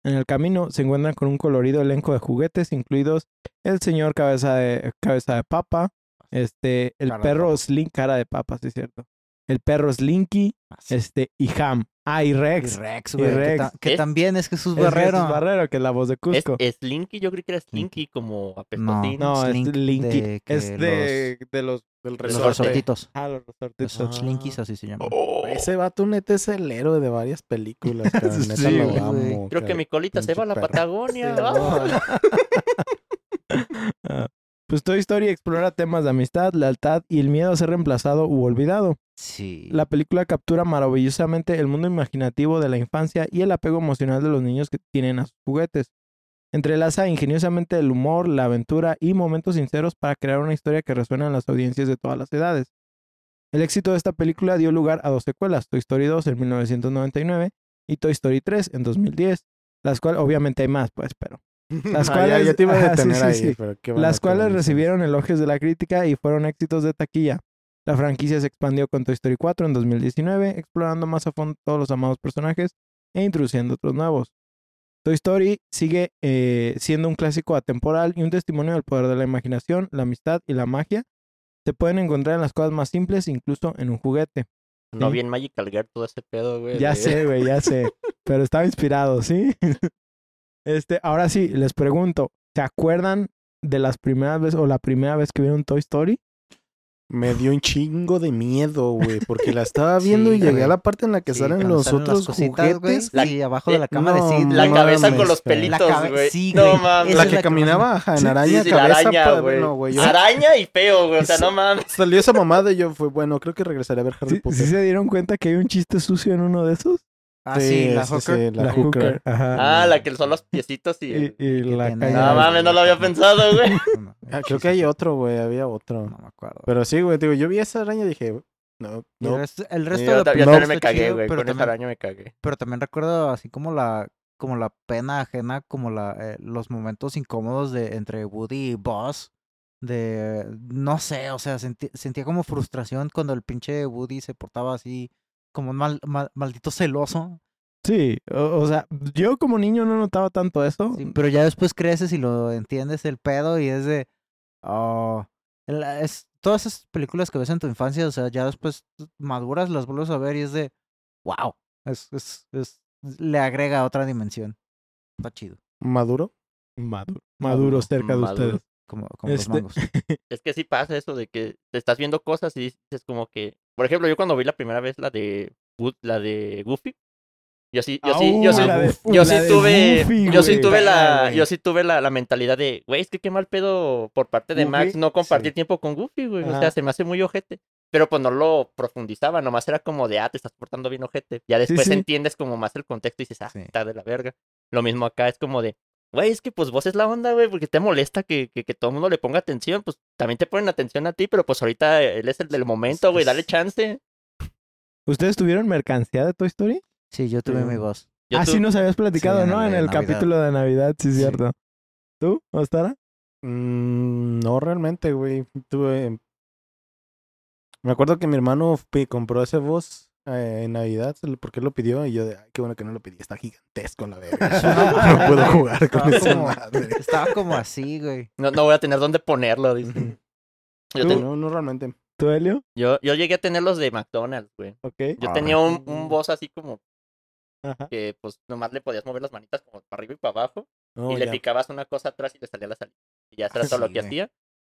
Speaker 1: En el camino se encuentran con un colorido elenco de juguetes, incluidos el señor cabeza de, cabeza de papa, este, el
Speaker 3: Cara de
Speaker 1: perro
Speaker 3: papa.
Speaker 1: Slinky, cara de papa, sí es cierto. El perro Slinky,
Speaker 3: Así.
Speaker 1: este, y Ham. Ah, y
Speaker 3: Y
Speaker 1: Rex.
Speaker 3: Rex,
Speaker 1: y
Speaker 3: güey. Que,
Speaker 1: Rex.
Speaker 3: ta- que
Speaker 4: Es-
Speaker 3: también es Jesús
Speaker 1: Es Jesús
Speaker 3: Barrero.
Speaker 1: Barrero, que es la voz de
Speaker 4: ¿Es,
Speaker 1: Cusco.
Speaker 4: es Slinky? Yo creí que era Slinky como apestosín.
Speaker 3: No,
Speaker 1: no,
Speaker 3: Slink
Speaker 1: es Linky.
Speaker 3: de que
Speaker 1: es de los... De los
Speaker 5: Del
Speaker 3: Los
Speaker 4: Resorte.
Speaker 3: resortitos.
Speaker 1: ah, los resortitos.
Speaker 3: Los
Speaker 4: Ah.
Speaker 3: slinkies, así se llaman.
Speaker 4: Oh,
Speaker 5: Ese vato neta es el héroe de varias películas, cara. Neta
Speaker 1: Sí,
Speaker 5: lo
Speaker 1: güey.
Speaker 5: amo.
Speaker 4: creo que mi colita se
Speaker 5: pinche
Speaker 4: va a la
Speaker 5: perro.
Speaker 4: Patagonia.
Speaker 5: Sí,
Speaker 4: vámonos.
Speaker 1: Pues Toy Story explora temas de amistad, lealtad y el miedo a ser reemplazado u olvidado.
Speaker 3: Sí.
Speaker 1: La película captura maravillosamente el mundo imaginativo de la infancia y el apego emocional de los niños que tienen a sus juguetes. Entrelaza ingeniosamente el humor, la aventura y momentos sinceros para crear una historia que resuena en las audiencias de todas las edades. El éxito de esta película dio lugar a dos secuelas, Toy Story 2 en 1999 y Toy Story 3 en 2010, las cuales obviamente hay más, pues, pero... Las
Speaker 5: Ah, ya,
Speaker 1: cuales,
Speaker 5: ya te iba a
Speaker 1: ajá, sí,
Speaker 5: detener
Speaker 1: sí,
Speaker 5: ahí,
Speaker 1: sí
Speaker 5: pero qué bueno
Speaker 1: las
Speaker 5: que
Speaker 1: cuales
Speaker 5: lo dices.
Speaker 1: recibieron elogios de la crítica y fueron éxitos de taquilla. La franquicia se expandió con Toy Story 4 en 2019, explorando más a fondo todos los amados personajes e introduciendo otros nuevos. Toy Story sigue eh, siendo un clásico atemporal y un testimonio del poder de la imaginación, la amistad y la magia. Se pueden encontrar en las cosas más simples, incluso en un juguete.
Speaker 4: No
Speaker 1: Sí.
Speaker 4: vi en Magical Girl todo ese pedo, güey.
Speaker 1: Ya
Speaker 4: de-
Speaker 1: sé, güey, ya sé. Pero estaba inspirado, ¿sí? Este, ahora sí, les pregunto, ¿se acuerdan de las primeras veces o la primera vez que vieron Toy Story?
Speaker 5: Me dio un chingo de miedo, güey, porque la estaba viendo
Speaker 3: Sí,
Speaker 5: y llegué
Speaker 3: güey.
Speaker 5: a la parte en la que
Speaker 3: Sí,
Speaker 5: salen
Speaker 3: cuando
Speaker 5: los
Speaker 3: salen las
Speaker 5: otros
Speaker 3: cositas, güey,
Speaker 5: juguetes.
Speaker 4: La- eh,
Speaker 3: sí, abajo de la cama de
Speaker 5: no,
Speaker 3: Sid.
Speaker 4: La
Speaker 3: güey.
Speaker 4: cabeza con
Speaker 5: mames,
Speaker 4: los
Speaker 5: cara. La
Speaker 4: pelitos,
Speaker 3: cabe-
Speaker 4: güey.
Speaker 3: sí,
Speaker 4: no
Speaker 3: güey.
Speaker 4: mames.
Speaker 3: Esa
Speaker 5: La
Speaker 3: es la
Speaker 5: que
Speaker 3: que más me-
Speaker 5: caminaba ajá, en
Speaker 4: Sí,
Speaker 5: araña,
Speaker 4: sí, la
Speaker 5: cabeza,
Speaker 4: araña,
Speaker 5: pa-
Speaker 4: güey.
Speaker 5: no, güey. yo-
Speaker 4: Araña y feo, güey. O sea, no mames.
Speaker 5: Salió esa mamada y yo fue, bueno, creo que regresaré a ver Harry
Speaker 1: ¿Sí,
Speaker 5: Potter.
Speaker 1: sí se dieron cuenta que hay un chiste sucio en uno de esos?
Speaker 3: Ah, sí, la
Speaker 5: sí,
Speaker 3: hooker.
Speaker 5: sí, la
Speaker 1: La
Speaker 5: hooker.
Speaker 1: hooker. Ajá.
Speaker 4: Ah, la que son los piecitos y.
Speaker 1: y, y
Speaker 3: que
Speaker 1: la
Speaker 3: tiene-
Speaker 1: calle.
Speaker 4: No mames, no lo había pensado, güey.
Speaker 3: No, no,
Speaker 5: Ah,
Speaker 3: sí,
Speaker 5: creo
Speaker 3: sí,
Speaker 5: que hay
Speaker 3: sí.
Speaker 5: otro, güey, había otro.
Speaker 3: No me acuerdo.
Speaker 5: Pero sí, güey, te digo, yo vi esa araña y dije, no,
Speaker 3: Y
Speaker 5: no.
Speaker 3: el resto, el
Speaker 4: Yo,
Speaker 3: resto de
Speaker 4: yo
Speaker 3: la
Speaker 4: también
Speaker 3: película
Speaker 4: me
Speaker 3: está
Speaker 4: cagué,
Speaker 3: chido,
Speaker 4: güey.
Speaker 3: Pero,
Speaker 4: Con esa
Speaker 3: también-
Speaker 4: araña me cagué.
Speaker 3: pero también recuerdo así como la como la pena ajena, como la eh, los momentos incómodos de entre Woody y Buzz. De, no sé, o sea, sentí- sentía como frustración cuando el pinche Woody se portaba así, como un mal, mal- maldito celoso.
Speaker 1: Sí, o, o sea, yo como niño no notaba tanto eso.
Speaker 3: Sí, Mm, pero ya después creces y lo entiendes el pedo y es de... Oh, la- es, todas esas películas que ves en tu infancia, o sea, ya después maduras, las vuelves a ver y es de... ¡Wow! Es, es, es, le agrega otra dimensión. Está chido.
Speaker 5: ¿Maduro?
Speaker 1: Maduro.
Speaker 3: Maduro,
Speaker 1: Maduro cerca de
Speaker 4: maduro.
Speaker 1: ustedes.
Speaker 3: Como, como los
Speaker 1: Este-
Speaker 3: mangos.
Speaker 4: Es que sí pasa eso de que te estás viendo cosas y dices como que. Por ejemplo, yo cuando vi la primera vez la de Wo- la de Goofy, yo sí, yo sí, yo
Speaker 1: Au,
Speaker 4: sí,
Speaker 1: la de-
Speaker 4: yo sí
Speaker 1: la de
Speaker 4: tuve,
Speaker 1: Goofy,
Speaker 4: yo sí
Speaker 1: güey.
Speaker 4: tuve
Speaker 5: Verga,
Speaker 4: la,
Speaker 5: güey.
Speaker 4: yo sí tuve la, la mentalidad de, güey, es que qué mal pedo por parte de Max
Speaker 5: Goofy,
Speaker 4: no compartir
Speaker 5: sí.
Speaker 4: tiempo con Goofy, güey. O
Speaker 1: Ajá.
Speaker 4: sea, se me hace muy ojete. Pero pues no lo profundizaba, nomás era como de, ah, te estás portando bien ojete. Ya después
Speaker 1: sí.
Speaker 4: entiendes como más el contexto y dices, ah,
Speaker 3: Sí.
Speaker 4: está de la verga. Lo mismo acá es como de, güey, es que pues vos es la onda, güey, porque te molesta que, que, que todo el mundo le ponga atención. Pues también te ponen atención a ti, pero pues ahorita él es el del momento,
Speaker 3: que
Speaker 4: güey,
Speaker 3: es-
Speaker 4: dale chance.
Speaker 1: ¿Ustedes tuvieron mercancía de Toy Story?
Speaker 3: Sí, yo tuve mi voz.
Speaker 4: Yo
Speaker 1: ah,
Speaker 4: tu-
Speaker 1: sí nos habías platicado,
Speaker 3: en
Speaker 1: ¿no?
Speaker 3: el
Speaker 1: En
Speaker 3: de
Speaker 1: el
Speaker 3: Navidad.
Speaker 1: capítulo de Navidad, sí, es
Speaker 3: Sí.
Speaker 1: cierto. ¿Tú, Ostara?
Speaker 5: Mm, no, realmente, güey. Tuve... Me acuerdo que mi hermano pi- compró ese voz eh, en Navidad se lo- porque lo pidió y yo de, ay, qué bueno que no lo pedí, está gigantesco la verga. no puedo jugar con
Speaker 3: Estaba
Speaker 5: esa
Speaker 3: como-
Speaker 5: madre.
Speaker 3: Estaba como así, güey.
Speaker 4: No, no voy a tener dónde ponerlo, dice. Yo,
Speaker 5: Tú,
Speaker 4: ten-
Speaker 5: No, no, realmente.
Speaker 1: ¿Tú, Helio?
Speaker 4: yo, yo llegué a tener los de McDonald's, güey.
Speaker 1: Ok.
Speaker 4: Yo
Speaker 3: Ah,
Speaker 4: tenía un,
Speaker 5: Mm.
Speaker 4: un boss así como
Speaker 1: Ajá.
Speaker 4: que, pues, nomás le podías mover las manitas como para arriba y para abajo.
Speaker 5: No,
Speaker 4: y le
Speaker 5: Oh, ya.
Speaker 4: picabas una cosa atrás y le salía la salida. Y ya era
Speaker 3: Ah,
Speaker 4: todo lo
Speaker 3: sí,
Speaker 4: que
Speaker 3: güey.
Speaker 4: hacía.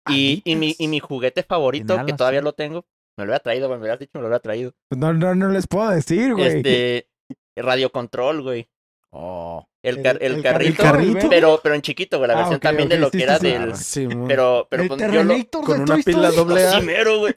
Speaker 4: Y, y, mi, y mi juguete favorito,
Speaker 3: Tenía
Speaker 4: que
Speaker 3: la
Speaker 4: todavía
Speaker 3: sal-
Speaker 4: lo tengo, me lo hubiera traído, güey, me lo hubieras dicho, me lo hubiera traído.
Speaker 1: No, no, no les puedo decir, güey.
Speaker 4: Este, radio control, güey.
Speaker 3: Oh,
Speaker 4: El, car- el, carrito,
Speaker 5: carrito,
Speaker 4: pero, pero en chiquito, güey. La
Speaker 1: Ah,
Speaker 4: versión
Speaker 1: ok,
Speaker 4: también
Speaker 1: ok,
Speaker 4: de lo
Speaker 1: sí,
Speaker 4: que
Speaker 1: sí,
Speaker 4: era
Speaker 1: sí,
Speaker 4: del.
Speaker 5: Ah, sí, mon.
Speaker 4: Pero, pero pues, yo lo.
Speaker 5: con una pila doble
Speaker 4: Sí,
Speaker 5: A.
Speaker 4: mero, güey.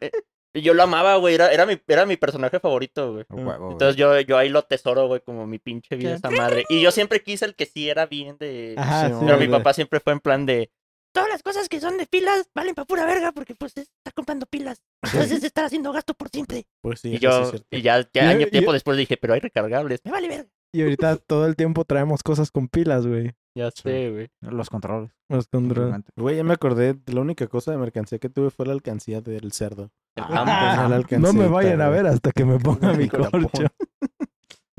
Speaker 4: Y Yo lo amaba, güey. Era, era, mi, era mi personaje favorito, güey.
Speaker 3: huevo, güey.
Speaker 4: Entonces yo, yo ahí lo tesoro, güey, como mi pinche vida
Speaker 3: ¿Qué?
Speaker 4: esa madre. Y yo siempre quise el que sí era bien de.
Speaker 1: Ajá,
Speaker 5: Sí,
Speaker 1: sí,
Speaker 4: Pero mi
Speaker 1: güey.
Speaker 4: papá siempre fue en plan de. todas las cosas que son de pilas valen para pura verga porque pues es estar comprando pilas. Entonces es estar haciendo gasto por siempre.
Speaker 5: Pues sí,
Speaker 4: Y
Speaker 5: eso sí
Speaker 4: yo,
Speaker 5: es cierto.
Speaker 4: y ya, ya
Speaker 1: Yo-
Speaker 4: año- tiempo
Speaker 1: yo-
Speaker 4: después dije, pero hay recargables. Me vale verga.
Speaker 1: Y ahorita todo el tiempo traemos cosas con pilas, güey.
Speaker 4: Ya sé, güey.
Speaker 3: Los controles.
Speaker 1: Los controles.
Speaker 3: obviamente.
Speaker 5: Güey, ya me acordé, la única cosa de mercancía que tuve fue la alcancía del cerdo.
Speaker 4: Ah,
Speaker 5: Esa la
Speaker 1: No me
Speaker 5: alcancita,
Speaker 1: vayan a
Speaker 5: güey.
Speaker 1: ver hasta que me ponga mi
Speaker 5: Hijo de la
Speaker 1: corcho.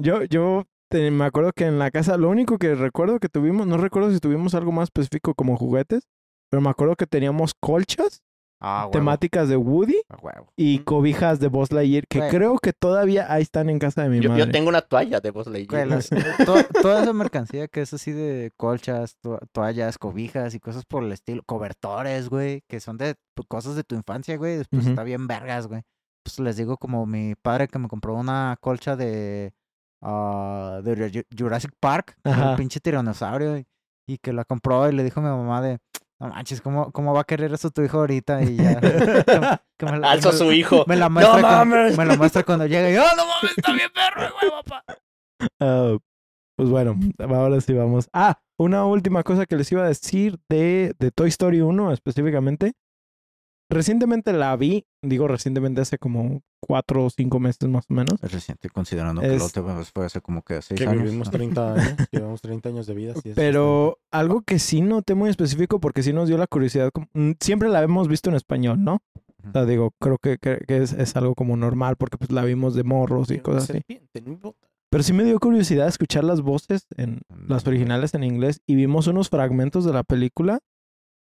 Speaker 1: Yo, yo te- me acuerdo que en la casa lo único que recuerdo que tuvimos, no recuerdo si tuvimos algo más específico como juguetes, pero me acuerdo que teníamos colchas
Speaker 3: Ah, huevo,
Speaker 1: temáticas de Woody
Speaker 3: a huevo.
Speaker 1: y cobijas de Buzz Lightyear, que
Speaker 3: Güey.
Speaker 1: creo que todavía ahí están en casa de mi
Speaker 4: yo,
Speaker 1: madre.
Speaker 4: yo tengo una toalla de Buzz Lightyear.
Speaker 3: Güey, las- eh, to- toda esa mercancía que es así de colchas, to- toallas, cobijas y cosas por el estilo, cobertores, güey, que son de tu- cosas de tu infancia, güey, después
Speaker 1: Ujú.
Speaker 3: está bien vergas, güey. Pues les digo como mi padre que me compró una colcha de, ah, de Ju- Jurassic Park, con
Speaker 1: Ajá.
Speaker 3: el pinche tiranosaurio, güey, y que la compró y le dijo a mi mamá de, no manches, ¿cómo, cómo va a querer eso tu hijo ahorita? Y ya, que- que me la-
Speaker 4: Alzo a
Speaker 3: me-
Speaker 4: su hijo.
Speaker 3: Me la,
Speaker 4: ¡No
Speaker 3: muestra cuando,
Speaker 4: mames!
Speaker 3: me la muestra cuando llega y yo, no mames,
Speaker 4: Está bien perro, güey, papá.
Speaker 1: Ah, pues bueno, ahora sí vamos. Ah, una última cosa que les iba a decir de, de Toy Story 1 específicamente. Recientemente la vi, digo recientemente hace como cuatro o cinco meses más o menos.
Speaker 3: Es reciente, considerando
Speaker 1: Es-
Speaker 3: que la última vez fue hace como que seis
Speaker 5: Que
Speaker 3: años.
Speaker 5: vivimos
Speaker 3: Ah,
Speaker 5: 30 años, llevamos 30 años de vida. sí, es
Speaker 3: este.
Speaker 5: este.
Speaker 1: Pero algo que sí noté muy específico porque sí nos dio la curiosidad. como- mm, Siempre la hemos visto en español, ¿no? O sea, digo, creo que, que- que es, es algo como normal porque pues la vimos de morros y
Speaker 5: bastante.
Speaker 1: cosas así.
Speaker 5: Serpiente, no importa.
Speaker 1: Pero sí me dio curiosidad escuchar las voces en las originales en inglés y vimos unos fragmentos de la película.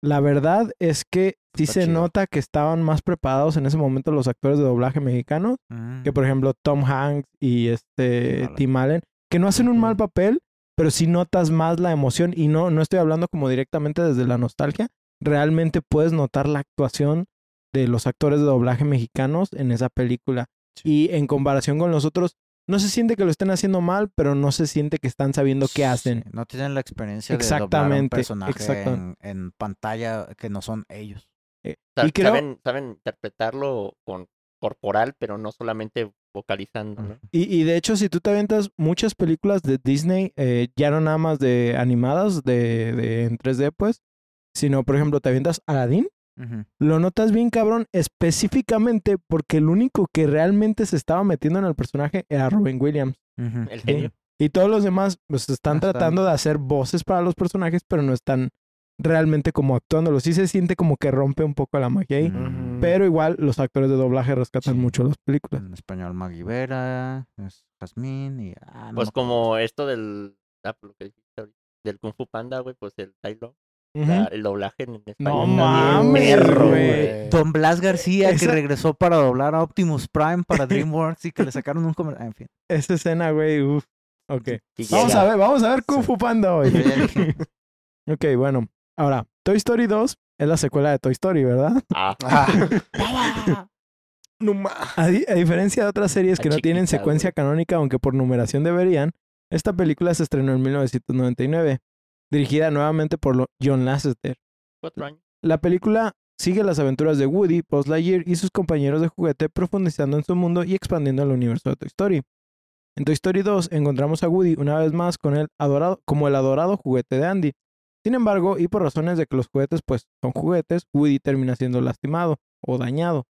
Speaker 1: La verdad es que sí
Speaker 3: Está
Speaker 1: se
Speaker 3: chido.
Speaker 1: nota que estaban más preparados en ese momento los actores de doblaje mexicanos
Speaker 3: Mm.
Speaker 1: que, por ejemplo, Tom Hanks y este
Speaker 3: Allen.
Speaker 1: Tim Allen, que no hacen un mal
Speaker 5: Ujú.
Speaker 1: papel, pero sí notas más la emoción y no, no estoy hablando como directamente desde la nostalgia. Realmente puedes notar la actuación de los actores de doblaje mexicanos en esa película. Y en comparación con los otros, no se siente que lo estén haciendo mal, pero no se siente que están sabiendo qué hacen.
Speaker 3: Sí, No tienen la experiencia de doblar a un
Speaker 1: Exactamente,
Speaker 3: personaje
Speaker 1: exacto.
Speaker 3: en, en pantalla que no son ellos.
Speaker 4: Sa-
Speaker 1: Y creo-
Speaker 4: saben, saben interpretarlo con corporal, pero no solamente vocalizando, ¿no?
Speaker 1: Y, y de hecho, si tú te aventas muchas películas de Disney, eh, ya no nada más de animadas, de, de en 3D, pues, sino, por ejemplo, te avientas Aladdin.
Speaker 3: Ujú.
Speaker 1: Lo notas bien, cabrón, específicamente porque el único que realmente se estaba metiendo en el personaje era Robin Williams.
Speaker 3: Ujú.
Speaker 4: El genio.
Speaker 1: Y todos los demás, pues están
Speaker 3: No están.
Speaker 1: tratando de hacer voces para los personajes, pero no están realmente como actuándolo. Sí se siente como que rompe un poco la magia ahí.
Speaker 3: Mm.
Speaker 1: Pero igual los actores de doblaje rescatan
Speaker 3: Sí.
Speaker 1: mucho las películas.
Speaker 3: En español, Maguivera, es Jazmín y... ah, no
Speaker 4: Pues
Speaker 3: me acuerdo.
Speaker 4: como esto del, ah, lo que dijiste ahorita, del Kung Fu Panda, güey, pues el Tai Lung,
Speaker 1: Ujú.
Speaker 4: la- el doblaje en español.
Speaker 1: No
Speaker 4: está bien
Speaker 1: mames,
Speaker 4: perro,
Speaker 1: güey.
Speaker 3: Don Blas García, que
Speaker 1: Esa-
Speaker 3: regresó para doblar a Optimus Prime para DreamWorks y que le sacaron un comercial. En fin.
Speaker 1: Esa escena, güey, uff. Ok.
Speaker 4: Y
Speaker 1: Vamos
Speaker 4: llega-
Speaker 1: a ver, vamos a ver Kung
Speaker 3: Sí.
Speaker 1: Fu Panda
Speaker 3: Yo
Speaker 1: hoy.
Speaker 3: ya dije,
Speaker 1: ok, bueno. Ahora, Toy Story 2 es la secuela de Toy Story, ¿verdad?
Speaker 4: Ah,
Speaker 5: No más.
Speaker 1: A, di- a diferencia de otras series
Speaker 4: Está
Speaker 1: que no tienen
Speaker 4: chiquita,
Speaker 1: secuencia
Speaker 4: güey.
Speaker 1: canónica, aunque por numeración deberían, esta película se estrenó en 1999, dirigida nuevamente por lo- John Lasseter.
Speaker 4: cuatro años.
Speaker 1: La película sigue las aventuras de Woody, Buzz Lightyear y sus compañeros de juguete profundizando en su mundo y expandiendo el universo de Toy Story. En Toy Story 2 encontramos a Woody una vez más con el adorado, como el adorado juguete de Andy. Sin embargo, y por razones de que los juguetes pues son juguetes, Woody termina siendo lastimado o dañado.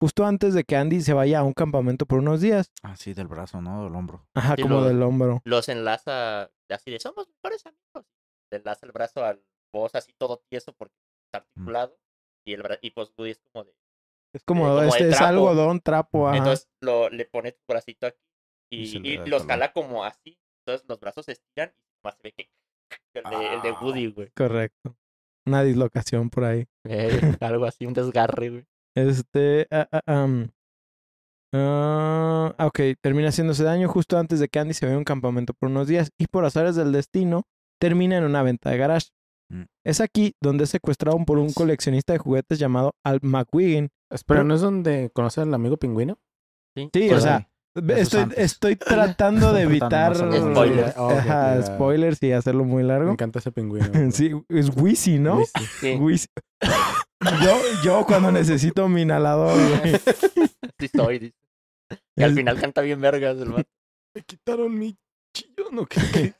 Speaker 1: Justo antes de que Andy se vaya a un campamento por unos días,
Speaker 3: Así Ah, del brazo, ¿no? Del hombro.
Speaker 1: ajá,
Speaker 4: Sí,
Speaker 1: como
Speaker 4: lo-
Speaker 1: del hombro.
Speaker 4: Los enlaza así de somos mejores amigos. Le enlaza el brazo al voz así todo tieso porque está
Speaker 1: Mm.
Speaker 4: articulado. Y el bra- y pues Woody es como de.
Speaker 1: Es como,
Speaker 4: eh, como de
Speaker 1: este, es
Speaker 4: trapo.
Speaker 1: algodón, trapo, ajá.
Speaker 4: Entonces lo, le pone tu bracito aquí
Speaker 3: Y se
Speaker 4: y,
Speaker 3: le
Speaker 4: y
Speaker 3: da el
Speaker 4: los
Speaker 3: talón.
Speaker 4: jala como así. Entonces los brazos se estiran y más se ve que. El de, el
Speaker 1: Ah.
Speaker 4: de Woody, güey.
Speaker 1: Correcto. Una dislocación por ahí.
Speaker 4: Eh, algo así, un desgarre, güey.
Speaker 1: Este. ah, ah, am. Ah, ok, termina haciéndose daño justo antes de que Andy se vaya a un campamento por unos días y por azares del destino termina en una venta de garage.
Speaker 3: Mm.
Speaker 1: Es aquí donde es secuestrado por un coleccionista de juguetes llamado Al McWiggin.
Speaker 5: Espera, ¿no es donde conoces al amigo pingüino?
Speaker 1: Sí, o
Speaker 4: Pues,
Speaker 1: sea,
Speaker 3: Eso es
Speaker 1: estoy,
Speaker 3: antes.
Speaker 1: estoy tratando de
Speaker 3: Tratando de
Speaker 1: evitar
Speaker 3: no hacerlo.
Speaker 4: Spoilers.
Speaker 5: Ah, ok,
Speaker 1: Ajá,
Speaker 5: ya.
Speaker 1: spoilers y hacerlo muy
Speaker 5: Me
Speaker 1: largo.
Speaker 5: encanta ese pingüino. güey.
Speaker 1: Sí, es Wheezy, ¿no?
Speaker 5: Luis, sí.
Speaker 4: sí,
Speaker 1: Wheezy. yo, yo cuando necesito mi inhalador. güey.
Speaker 4: sí estoy, dice. Y al
Speaker 1: Es-
Speaker 4: final canta bien vergas el vato.
Speaker 5: Me quitaron mi chillón, ¿o qué?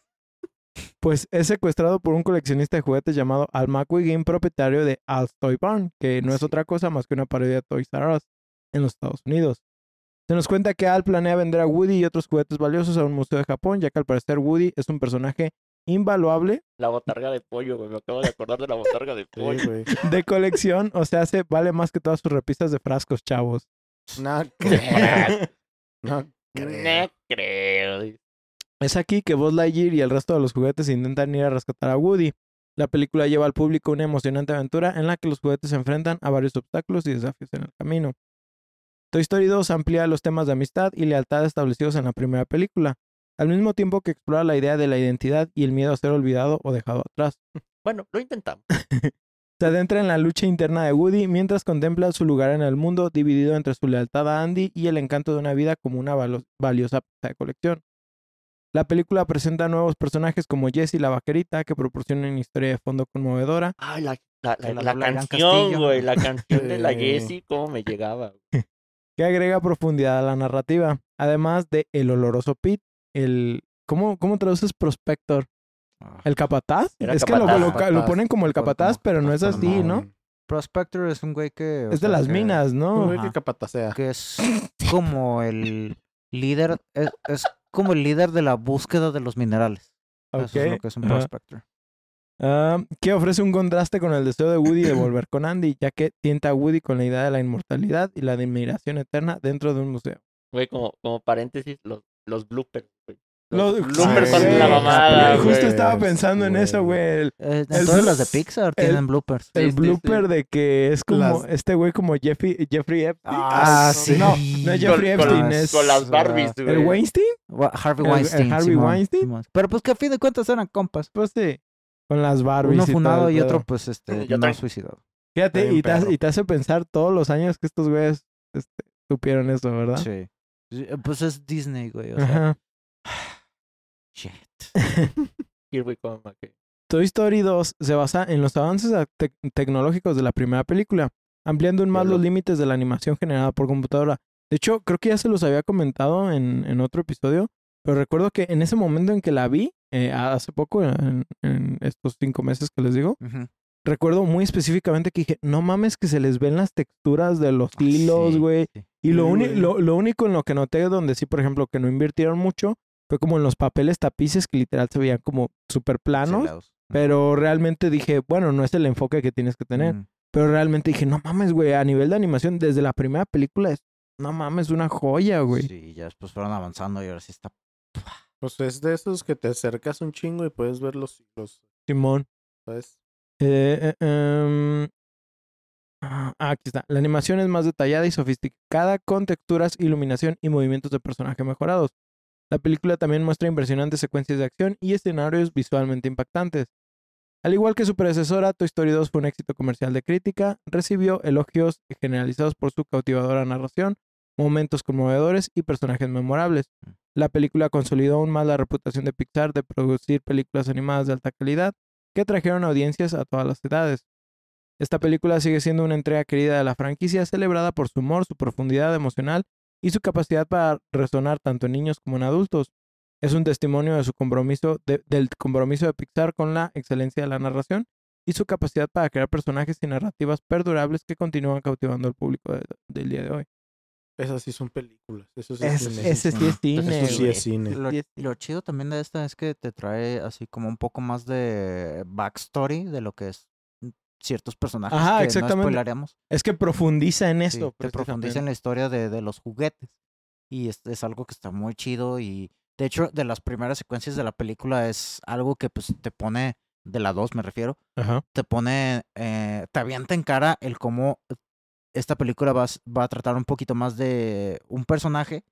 Speaker 1: Pues es secuestrado por un coleccionista de juguetes llamado Al Wiggin, propietario de Al's Toy Barn, que no es
Speaker 2: Sí.
Speaker 1: otra cosa más que una parodia de Toys R Us en los Estados Unidos. Se nos cuenta que Al planea vender a Woody y otros juguetes valiosos a un museo de Japón, ya que al parecer Woody es un personaje invaluable
Speaker 4: La botarga de pollo, güey. Me acabo de acordar de la botarga de pollo.
Speaker 5: Sí, güey.
Speaker 1: de colección, o sea, se vale más que todas sus repisas de frascos, chavos.
Speaker 5: No creo. No creo.
Speaker 4: No creo. dice.
Speaker 1: Es aquí que Buzz Lightyear y el resto de los juguetes intentan ir a rescatar a Woody. La película lleva al público una emocionante aventura en la que los juguetes se enfrentan a varios obstáculos y desafíos en el camino. Toy Story 2 amplía los temas de amistad y lealtad establecidos en la primera película, al mismo tiempo que explora la idea de la identidad y el miedo a ser olvidado o dejado atrás.
Speaker 4: Bueno, lo intentamos.
Speaker 1: Se adentra en la lucha interna de Woody mientras contempla su lugar en el mundo, dividido entre su lealtad a Andy y el encanto de una vida como una valo- valiosa pieza de colección. La película presenta nuevos personajes como Jessie la vaquerita, que proporciona una historia de fondo conmovedora.
Speaker 4: Ay, la, la, la,
Speaker 3: Que la
Speaker 4: la
Speaker 3: dobla Gran
Speaker 4: canción,
Speaker 3: Castillo.
Speaker 4: güey. La canción de la
Speaker 5: Sí.
Speaker 4: Jessie, cómo me llegaba.
Speaker 1: que agrega profundidad a la narrativa, además de el oloroso Pete, el... ¿Cómo, cómo traduces prospector?
Speaker 3: Ah,
Speaker 1: ¿El capataz?
Speaker 4: Era
Speaker 1: es que
Speaker 4: capataz.
Speaker 1: lo- lo, ca- lo ponen como el capataz, pero no es así, ¿no?
Speaker 3: Prospector es un güey que. o
Speaker 1: Es de
Speaker 3: sea,
Speaker 1: las
Speaker 3: que-
Speaker 1: minas,
Speaker 5: Un
Speaker 1: ¿no?
Speaker 5: güey que capatasea.
Speaker 3: Que es como el líder. Es, es como el líder de la búsqueda de los minerales. Eso es lo
Speaker 1: Ok.
Speaker 3: que es un
Speaker 1: Ajá.
Speaker 3: prospector.
Speaker 1: Ah, que ofrece un contraste con el deseo de Woody de volver con Andy, ya que tienta a Woody con la idea de la inmortalidad y la admiración eterna dentro de un museo.
Speaker 4: Güey, como, como paréntesis, los, los bloopers, güey.
Speaker 1: Los-
Speaker 4: Los, bloopers
Speaker 5: Sí,
Speaker 4: son la
Speaker 5: güey.
Speaker 4: mamada,
Speaker 1: Justo
Speaker 4: güey.
Speaker 1: estaba pensando en eso, güey. El,
Speaker 3: Eh,
Speaker 1: El-
Speaker 3: todas las de Pixar
Speaker 1: el-
Speaker 3: tienen bloopers.
Speaker 1: el
Speaker 4: Sí, sí,
Speaker 1: blooper
Speaker 4: sí.
Speaker 1: de que es como
Speaker 5: Las-
Speaker 1: este güey como Jeffrey, Jeffrey Epstein.
Speaker 3: Ah, sí.
Speaker 1: No, no es
Speaker 4: Con,
Speaker 1: Jeffrey
Speaker 4: con-
Speaker 1: Epstein,
Speaker 3: Ah,
Speaker 1: es
Speaker 4: con las
Speaker 3: ah,
Speaker 4: Barbies, güey.
Speaker 1: el Weinstein.
Speaker 3: Wa-
Speaker 1: El-
Speaker 3: Harvey
Speaker 1: el
Speaker 3: Weinstein.
Speaker 1: Harvey
Speaker 3: Simón,
Speaker 1: Weinstein.
Speaker 3: Simón. Pero pues que a fin de cuentas eran compas.
Speaker 1: Pues sí, con las Barbies.
Speaker 3: Uno
Speaker 1: y todo
Speaker 3: funado
Speaker 1: el
Speaker 3: y otro,
Speaker 1: pedo.
Speaker 3: pues, este,
Speaker 4: Yo
Speaker 3: no
Speaker 4: tra-
Speaker 3: suicidado.
Speaker 1: Fíjate,
Speaker 5: Bien
Speaker 1: y te, hace-
Speaker 5: perro.
Speaker 1: y te hace pensar todos los años que estos güeyes este, supieron eso, ¿verdad?
Speaker 3: Sí. Sí, eh, Pues es Disney, güey. O sea,
Speaker 1: ¿Ah? Ajá.
Speaker 3: shit.
Speaker 4: Here we come, ok.
Speaker 1: Toy Story 2 se basa en los avances a- tec- tecnológicos de la primera película, ampliando aún más
Speaker 4: Claro.
Speaker 1: los límites de la animación generada por computadora. De hecho, creo que ya se los había comentado en, en otro episodio, pero recuerdo que en ese momento en que la vi, eh, hace poco, en, en estos cinco meses que les digo,
Speaker 3: Ujú.
Speaker 1: recuerdo muy específicamente que dije, no mames que se les ven las texturas de los
Speaker 3: Ah,
Speaker 1: hilos,
Speaker 3: sí,
Speaker 1: güey.
Speaker 3: sí.
Speaker 1: Y lo,
Speaker 5: Sí,
Speaker 1: uni-
Speaker 5: güey.
Speaker 1: lo, lo único en lo que noté donde sí, por ejemplo, que no invirtieron mucho, fue como en los papeles tapices que literal se veían como súper planos.
Speaker 3: Celados.
Speaker 1: ¿Ah, Pero realmente dije, bueno, no es el enfoque que tienes que tener.
Speaker 3: Mm.
Speaker 1: Pero realmente dije, no mames, güey, a nivel de animación, desde la primera película es, no mames, una joya, güey.
Speaker 3: Sí, ya después fueron avanzando y ahora sí está.
Speaker 5: Pues es de esos que te acercas un chingo y puedes ver los hilos,
Speaker 1: Simón.
Speaker 5: ¿sabes?
Speaker 1: Eh, eh, em, ah, aquí está. La animación es más detallada y sofisticada con texturas, iluminación y movimientos de personaje mejorados. La película también muestra impresionantes secuencias de acción y escenarios visualmente impactantes. Al igual que su predecesora, Toy Story 2 fue un éxito comercial de crítica, recibió elogios generalizados por su cautivadora narración, momentos conmovedores y personajes memorables. La película consolidó aún más la reputación de Pixar de producir películas animadas de alta calidad que trajeron audiencias a todas las edades. Esta película sigue siendo una entrega querida de la franquicia, celebrada por su humor, su profundidad emocional y su capacidad para resonar tanto en niños como en adultos. Es un testimonio de su compromiso de- del compromiso de Pixar con la excelencia de la narración y su capacidad para crear personajes y narrativas perdurables que continúan cautivando al público de- del día de hoy.
Speaker 5: Esas sí son películas. Eso sí
Speaker 1: Es-
Speaker 5: es cine.
Speaker 1: ese sí es cine.
Speaker 5: Eso sí
Speaker 1: güey.
Speaker 5: es cine.
Speaker 3: Lo,
Speaker 1: Sí, sí.
Speaker 3: lo chido también de esta es que te trae así como un poco más de backstory de lo que es mm, ciertos personajes
Speaker 1: Ajá,
Speaker 3: que
Speaker 1: exactamente.
Speaker 3: no spoilaríamos.
Speaker 1: Es que profundiza en
Speaker 3: Sí,
Speaker 1: esto.
Speaker 3: te profundiza en la historia de, de los juguetes. Y es, es algo que está muy chido. Y de hecho, de las primeras secuencias de la película es algo que pues te pone, de la 2 me refiero,
Speaker 1: Ajá.
Speaker 3: te pone, eh, te avienta en cara el cómo esta película va, a s- va a tratar un poquito más de un personaje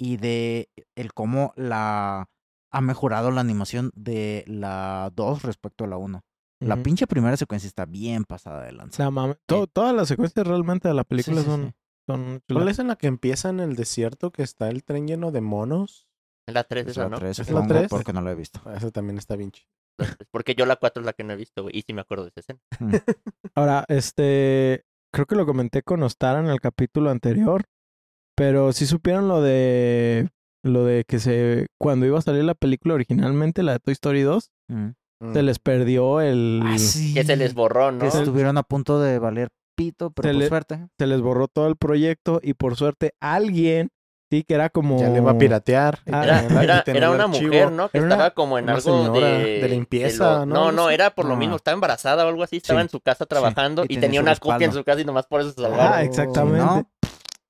Speaker 3: y de el cómo la ha mejorado la animación de la 2 respecto a la 1. La
Speaker 1: Ujú.
Speaker 3: pinche primera secuencia está bien pasada de lanza.
Speaker 1: No mames. To- todas las secuencias realmente de la película
Speaker 3: Sí, sí,
Speaker 1: son,
Speaker 3: sí.
Speaker 1: son
Speaker 5: ¿Cuál
Speaker 1: chulas.
Speaker 5: es en Pues la que empieza en el desierto que está el tren lleno de monos?
Speaker 4: Es la 3
Speaker 3: Es
Speaker 4: esa,
Speaker 3: la
Speaker 4: ¿no?
Speaker 3: 3,
Speaker 5: ¿Es la
Speaker 3: supongo,
Speaker 5: tres?
Speaker 3: porque no la he visto.
Speaker 5: Ah, Esa también está bien chida.
Speaker 4: Porque yo la 4 es la que no he visto, güey. Y sí me acuerdo de esa escena.
Speaker 1: Ahora, este, creo que lo comenté con Ostara en el capítulo anterior, pero si supieron lo de lo de que se cuando iba a salir la película originalmente, la de Toy Story 2,
Speaker 3: Ujú.
Speaker 5: mm,
Speaker 1: se les perdió el
Speaker 3: Mm. Ah, sí.
Speaker 4: Que se les borró,
Speaker 3: Que
Speaker 4: ¿no?
Speaker 3: estuvieron a punto de valer pito, pero
Speaker 1: Se
Speaker 3: por
Speaker 1: le-
Speaker 3: suerte.
Speaker 1: se les borró todo el proyecto y por suerte alguien sí que era como
Speaker 5: Ya le va a piratear. y
Speaker 1: Ah,
Speaker 4: Era,
Speaker 5: tenerla- y
Speaker 4: era-
Speaker 5: tener
Speaker 4: era
Speaker 5: el
Speaker 4: una
Speaker 5: archivo.
Speaker 4: mujer, ¿no? Que
Speaker 1: Era una-
Speaker 4: estaba como en
Speaker 5: una
Speaker 4: algo de,
Speaker 5: señora de limpieza,
Speaker 4: lo-
Speaker 5: ¿no?
Speaker 4: No,
Speaker 5: Algo
Speaker 4: no,
Speaker 5: así.
Speaker 4: era por lo
Speaker 3: Ah.
Speaker 4: mismo. Estaba embarazada o algo así. Estaba
Speaker 3: Sí.
Speaker 4: en su casa trabajando
Speaker 3: Y
Speaker 4: y,
Speaker 3: tenía
Speaker 4: tenía
Speaker 3: su
Speaker 4: una copia en
Speaker 3: respaldo.
Speaker 4: su casa y nomás por eso se salvaron.
Speaker 1: Ah, exactamente.
Speaker 3: Si no,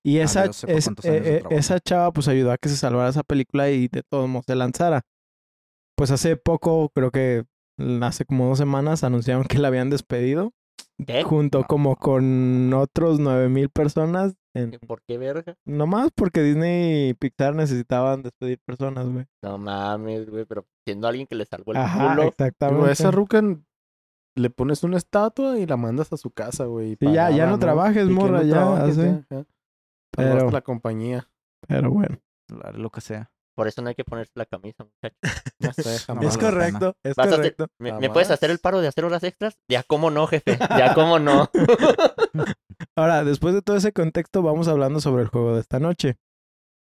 Speaker 1: Y esa,
Speaker 3: Dios sepa
Speaker 1: es-
Speaker 3: cuántos años de
Speaker 1: eh, eh,
Speaker 3: trabajo.
Speaker 1: esa chava pues ayudó a que se salvara esa película y de todos modos se lanzara. Pues hace poco, creo que mm, hace como dos semanas, anunciaron que la habían despedido.
Speaker 5: ¿Eh?
Speaker 4: ¿Qué?
Speaker 1: Junto
Speaker 3: No.
Speaker 1: como con otros nueve mil personas. En,
Speaker 4: ¿Por qué verga?
Speaker 1: nomás porque Disney y Pixar necesitaban despedir personas, güey.
Speaker 4: No mames, güey, pero siendo alguien que le salvó el
Speaker 1: Ajá, eh.
Speaker 4: culo.
Speaker 1: exactamente.
Speaker 5: Digo, a esa ruca n- le pones una estatua y la mandas a su casa, güey.
Speaker 1: Sí, ya- ya
Speaker 5: pagada,
Speaker 1: no trabajes,
Speaker 5: Y que
Speaker 1: morra, ya, así.
Speaker 5: ya.
Speaker 1: Pero-
Speaker 5: Salvaste la compañía.
Speaker 1: Pero bueno.
Speaker 3: claro, lo que sea.
Speaker 4: Por eso no hay que ponerse la camisa, muchachos.
Speaker 5: No sé, jamás.
Speaker 1: es
Speaker 3: vale la
Speaker 1: correcto, es
Speaker 4: Vas a hacer-
Speaker 1: correcto.
Speaker 4: ¿Me,
Speaker 5: Nada
Speaker 4: me puedes hacer el
Speaker 5: más.
Speaker 4: paro de hacer horas extras? Ya cómo no, jefe. Ya cómo no.
Speaker 1: Ahora, después de todo ese contexto, vamos hablando sobre el juego de esta noche.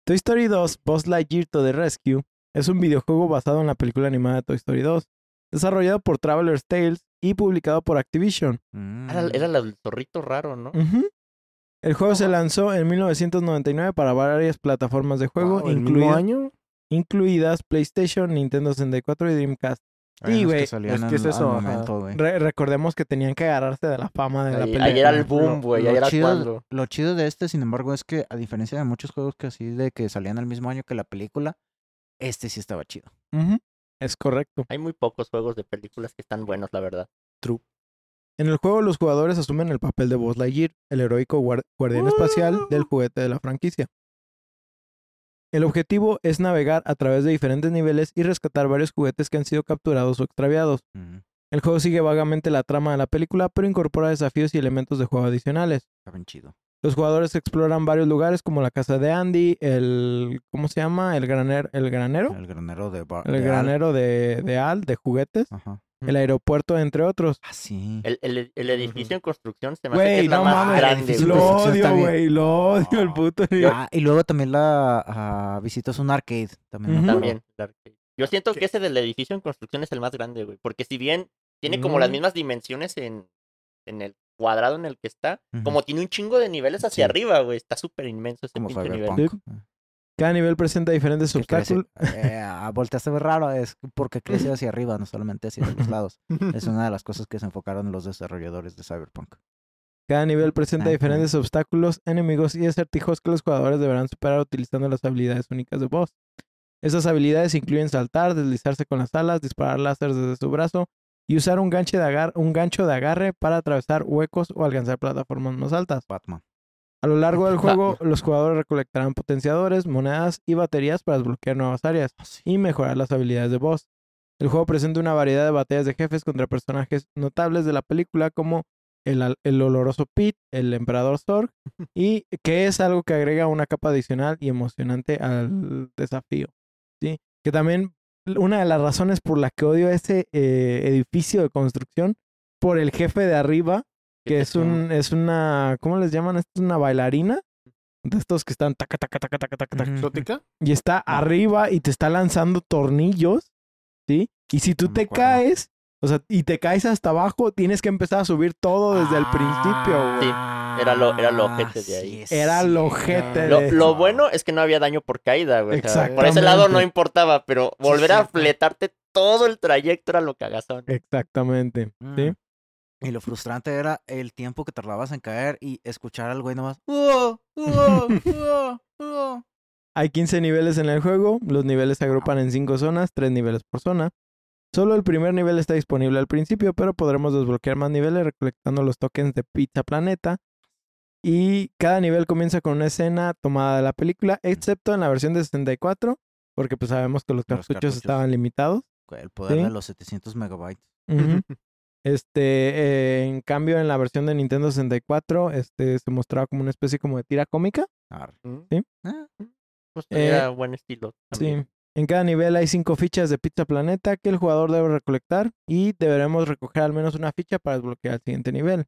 Speaker 1: Toy Story 2, Buzz Lightyear to the Rescue, es un videojuego basado en la película animada Toy Story 2, desarrollado por Traveler's Tales y publicado por Activision.
Speaker 4: Era,
Speaker 3: Mm.
Speaker 4: era la del zorrito raro, ¿no?
Speaker 1: Ujú. El juego se lanzó en 1999 para varias plataformas de juego,
Speaker 5: Wow, ¿el mismo
Speaker 1: incluida-
Speaker 5: año?
Speaker 1: incluidas PlayStation, Nintendo 64 y Dreamcast. Y, güey,
Speaker 5: es que es eso, ajá.
Speaker 1: Re- recordemos que tenían que agarrarse de la fama de la
Speaker 4: Ahí-
Speaker 1: película.
Speaker 4: ahí era el
Speaker 3: Lo-
Speaker 4: boom, güey.
Speaker 3: lo
Speaker 4: Ahí era
Speaker 3: chido-
Speaker 4: cuando.
Speaker 3: Lo chido de este, sin embargo, es que a diferencia de muchos juegos que así de que salían el mismo año que la película, este sí estaba chido.
Speaker 1: Ujú, Es correcto.
Speaker 4: Hay muy pocos juegos de películas que están buenos, la verdad.
Speaker 1: En el juego los jugadores asumen el papel de Buzz Lightyear, el heroico guar- guardián espacial del juguete de la franquicia. El objetivo es navegar a través de diferentes niveles y rescatar varios juguetes que han sido capturados o extraviados. El juego sigue vagamente la trama de la película, pero incorpora desafíos y elementos de juego adicionales.
Speaker 3: Está bien chido.
Speaker 1: Los jugadores exploran varios lugares como la casa de Andy, el ¿cómo se llama? El graner, el granero,
Speaker 3: El granero de Bar.
Speaker 1: el granero de, de Al, de juguetes,
Speaker 3: Ajá.
Speaker 1: el aeropuerto, entre otros.
Speaker 3: Ah, sí.
Speaker 4: El, el- el edificio en construcción se me hace que
Speaker 1: Güey,
Speaker 4: es la
Speaker 1: no
Speaker 4: más
Speaker 1: mames.
Speaker 4: grande.
Speaker 3: edificio
Speaker 4: güey.
Speaker 1: Lo
Speaker 3: construcción está
Speaker 1: odio,
Speaker 3: bien.
Speaker 1: güey. Lo odio el
Speaker 3: No.
Speaker 1: puto.
Speaker 3: Ah, y luego también la ah, visitas un arcade. También. me
Speaker 1: Ujú.
Speaker 3: acuerdo.
Speaker 4: También. claro que sí. Yo siento que ese del edificio en construcción es el más grande, güey. Porque si bien tiene como las
Speaker 5: Mm.
Speaker 4: mismas dimensiones en, en el cuadrado en el que está,
Speaker 3: Ujú.
Speaker 4: como tiene un chingo de niveles hacia
Speaker 3: Sí.
Speaker 4: arriba, güey. Está súper inmenso ese
Speaker 3: Como
Speaker 4: pinche nivel.
Speaker 3: Cyberpunk.
Speaker 1: Sí.
Speaker 3: Ah,
Speaker 1: Cada nivel presenta diferentes
Speaker 3: que crece.
Speaker 1: obstáculos.
Speaker 3: Eh, ah, volteaste a ver raro, es porque crece hacia arriba, no solamente hacia los lados. Es una de las cosas que se enfocaron los desarrolladores de Cyberpunk.
Speaker 1: Cada nivel presenta
Speaker 3: Ah,
Speaker 1: diferentes obstáculos, enemigos y acertijos que los jugadores deberán superar utilizando las habilidades únicas de boss. Esas habilidades incluyen saltar, deslizarse con las alas, disparar láseres desde su brazo y usar un, ganche de agar- un gancho de agarre para atravesar huecos o alcanzar plataformas más altas.
Speaker 3: Batman.
Speaker 1: A lo largo del
Speaker 3: Ah.
Speaker 1: juego, los jugadores recolectarán potenciadores, monedas y baterías para desbloquear nuevas áreas.
Speaker 3: Ah, sí.
Speaker 1: y mejorar las habilidades de boss. El juego presenta una variedad de batallas de jefes contra personajes notables de la película como el, al- el oloroso Pete, el emperador Zorg, y que es algo que agrega una capa adicional y emocionante al desafío. ¿sí? Que también una de las razones por la que odio este eh, edificio de construcción, por el jefe de arriba, que es un, es una, ¿cómo les llaman? Es una bailarina. De estos que están taca, taca, taca, taca, taca, taca,
Speaker 3: Ujú.
Speaker 5: ¿Exótica?
Speaker 1: y está arriba y te está lanzando tornillos, ¿sí? Y si tú
Speaker 3: No me
Speaker 1: te
Speaker 3: acuerdo.
Speaker 1: caes, o sea, y te caes hasta abajo, tienes que empezar a subir todo desde el
Speaker 3: Ah.
Speaker 1: principio, güey.
Speaker 4: Sí, era lo- era lo ojete de ahí.
Speaker 1: Era lo ojete
Speaker 4: Lo,
Speaker 5: Lo-
Speaker 1: de-
Speaker 4: lo bueno es que no había daño por caída, güey. o sea, por ese lado no
Speaker 1: Exactamente.
Speaker 4: importaba, pero volver a
Speaker 5: cierto.
Speaker 4: fletarte todo el trayecto era lo cagazón.
Speaker 1: Eh, Exactamente, ¿sí?
Speaker 3: Mm. Y lo frustrante era el tiempo que tardabas en caer y escuchar al güey nomás. "Uo, uo, uo, uo".
Speaker 1: Hay 15 niveles en el juego, los niveles se agrupan en 5 zonas, 3 niveles por zona. Solo el primer nivel está disponible al principio, pero podremos desbloquear más niveles recolectando los tokens de Pizza Planeta. Y cada nivel comienza con una escena tomada de la película, excepto en la versión de 64, porque pues sabemos que los
Speaker 3: Los
Speaker 1: cartuchos,
Speaker 3: cartuchos.
Speaker 1: estaban limitados.
Speaker 3: El poder
Speaker 1: Sí.
Speaker 3: de los 700 megabytes.
Speaker 1: Ujú. Este, eh, en cambio, en la versión de Nintendo 64, este se mostraba como una especie como de tira cómica.
Speaker 3: Arre.
Speaker 5: Mm.
Speaker 3: Ah,
Speaker 4: Pues
Speaker 1: Eh,
Speaker 4: era buen estilo. también.
Speaker 1: Sí. En cada nivel hay cinco fichas de Pizza Planeta que el jugador debe recolectar y deberemos recoger al menos una ficha para desbloquear el siguiente nivel.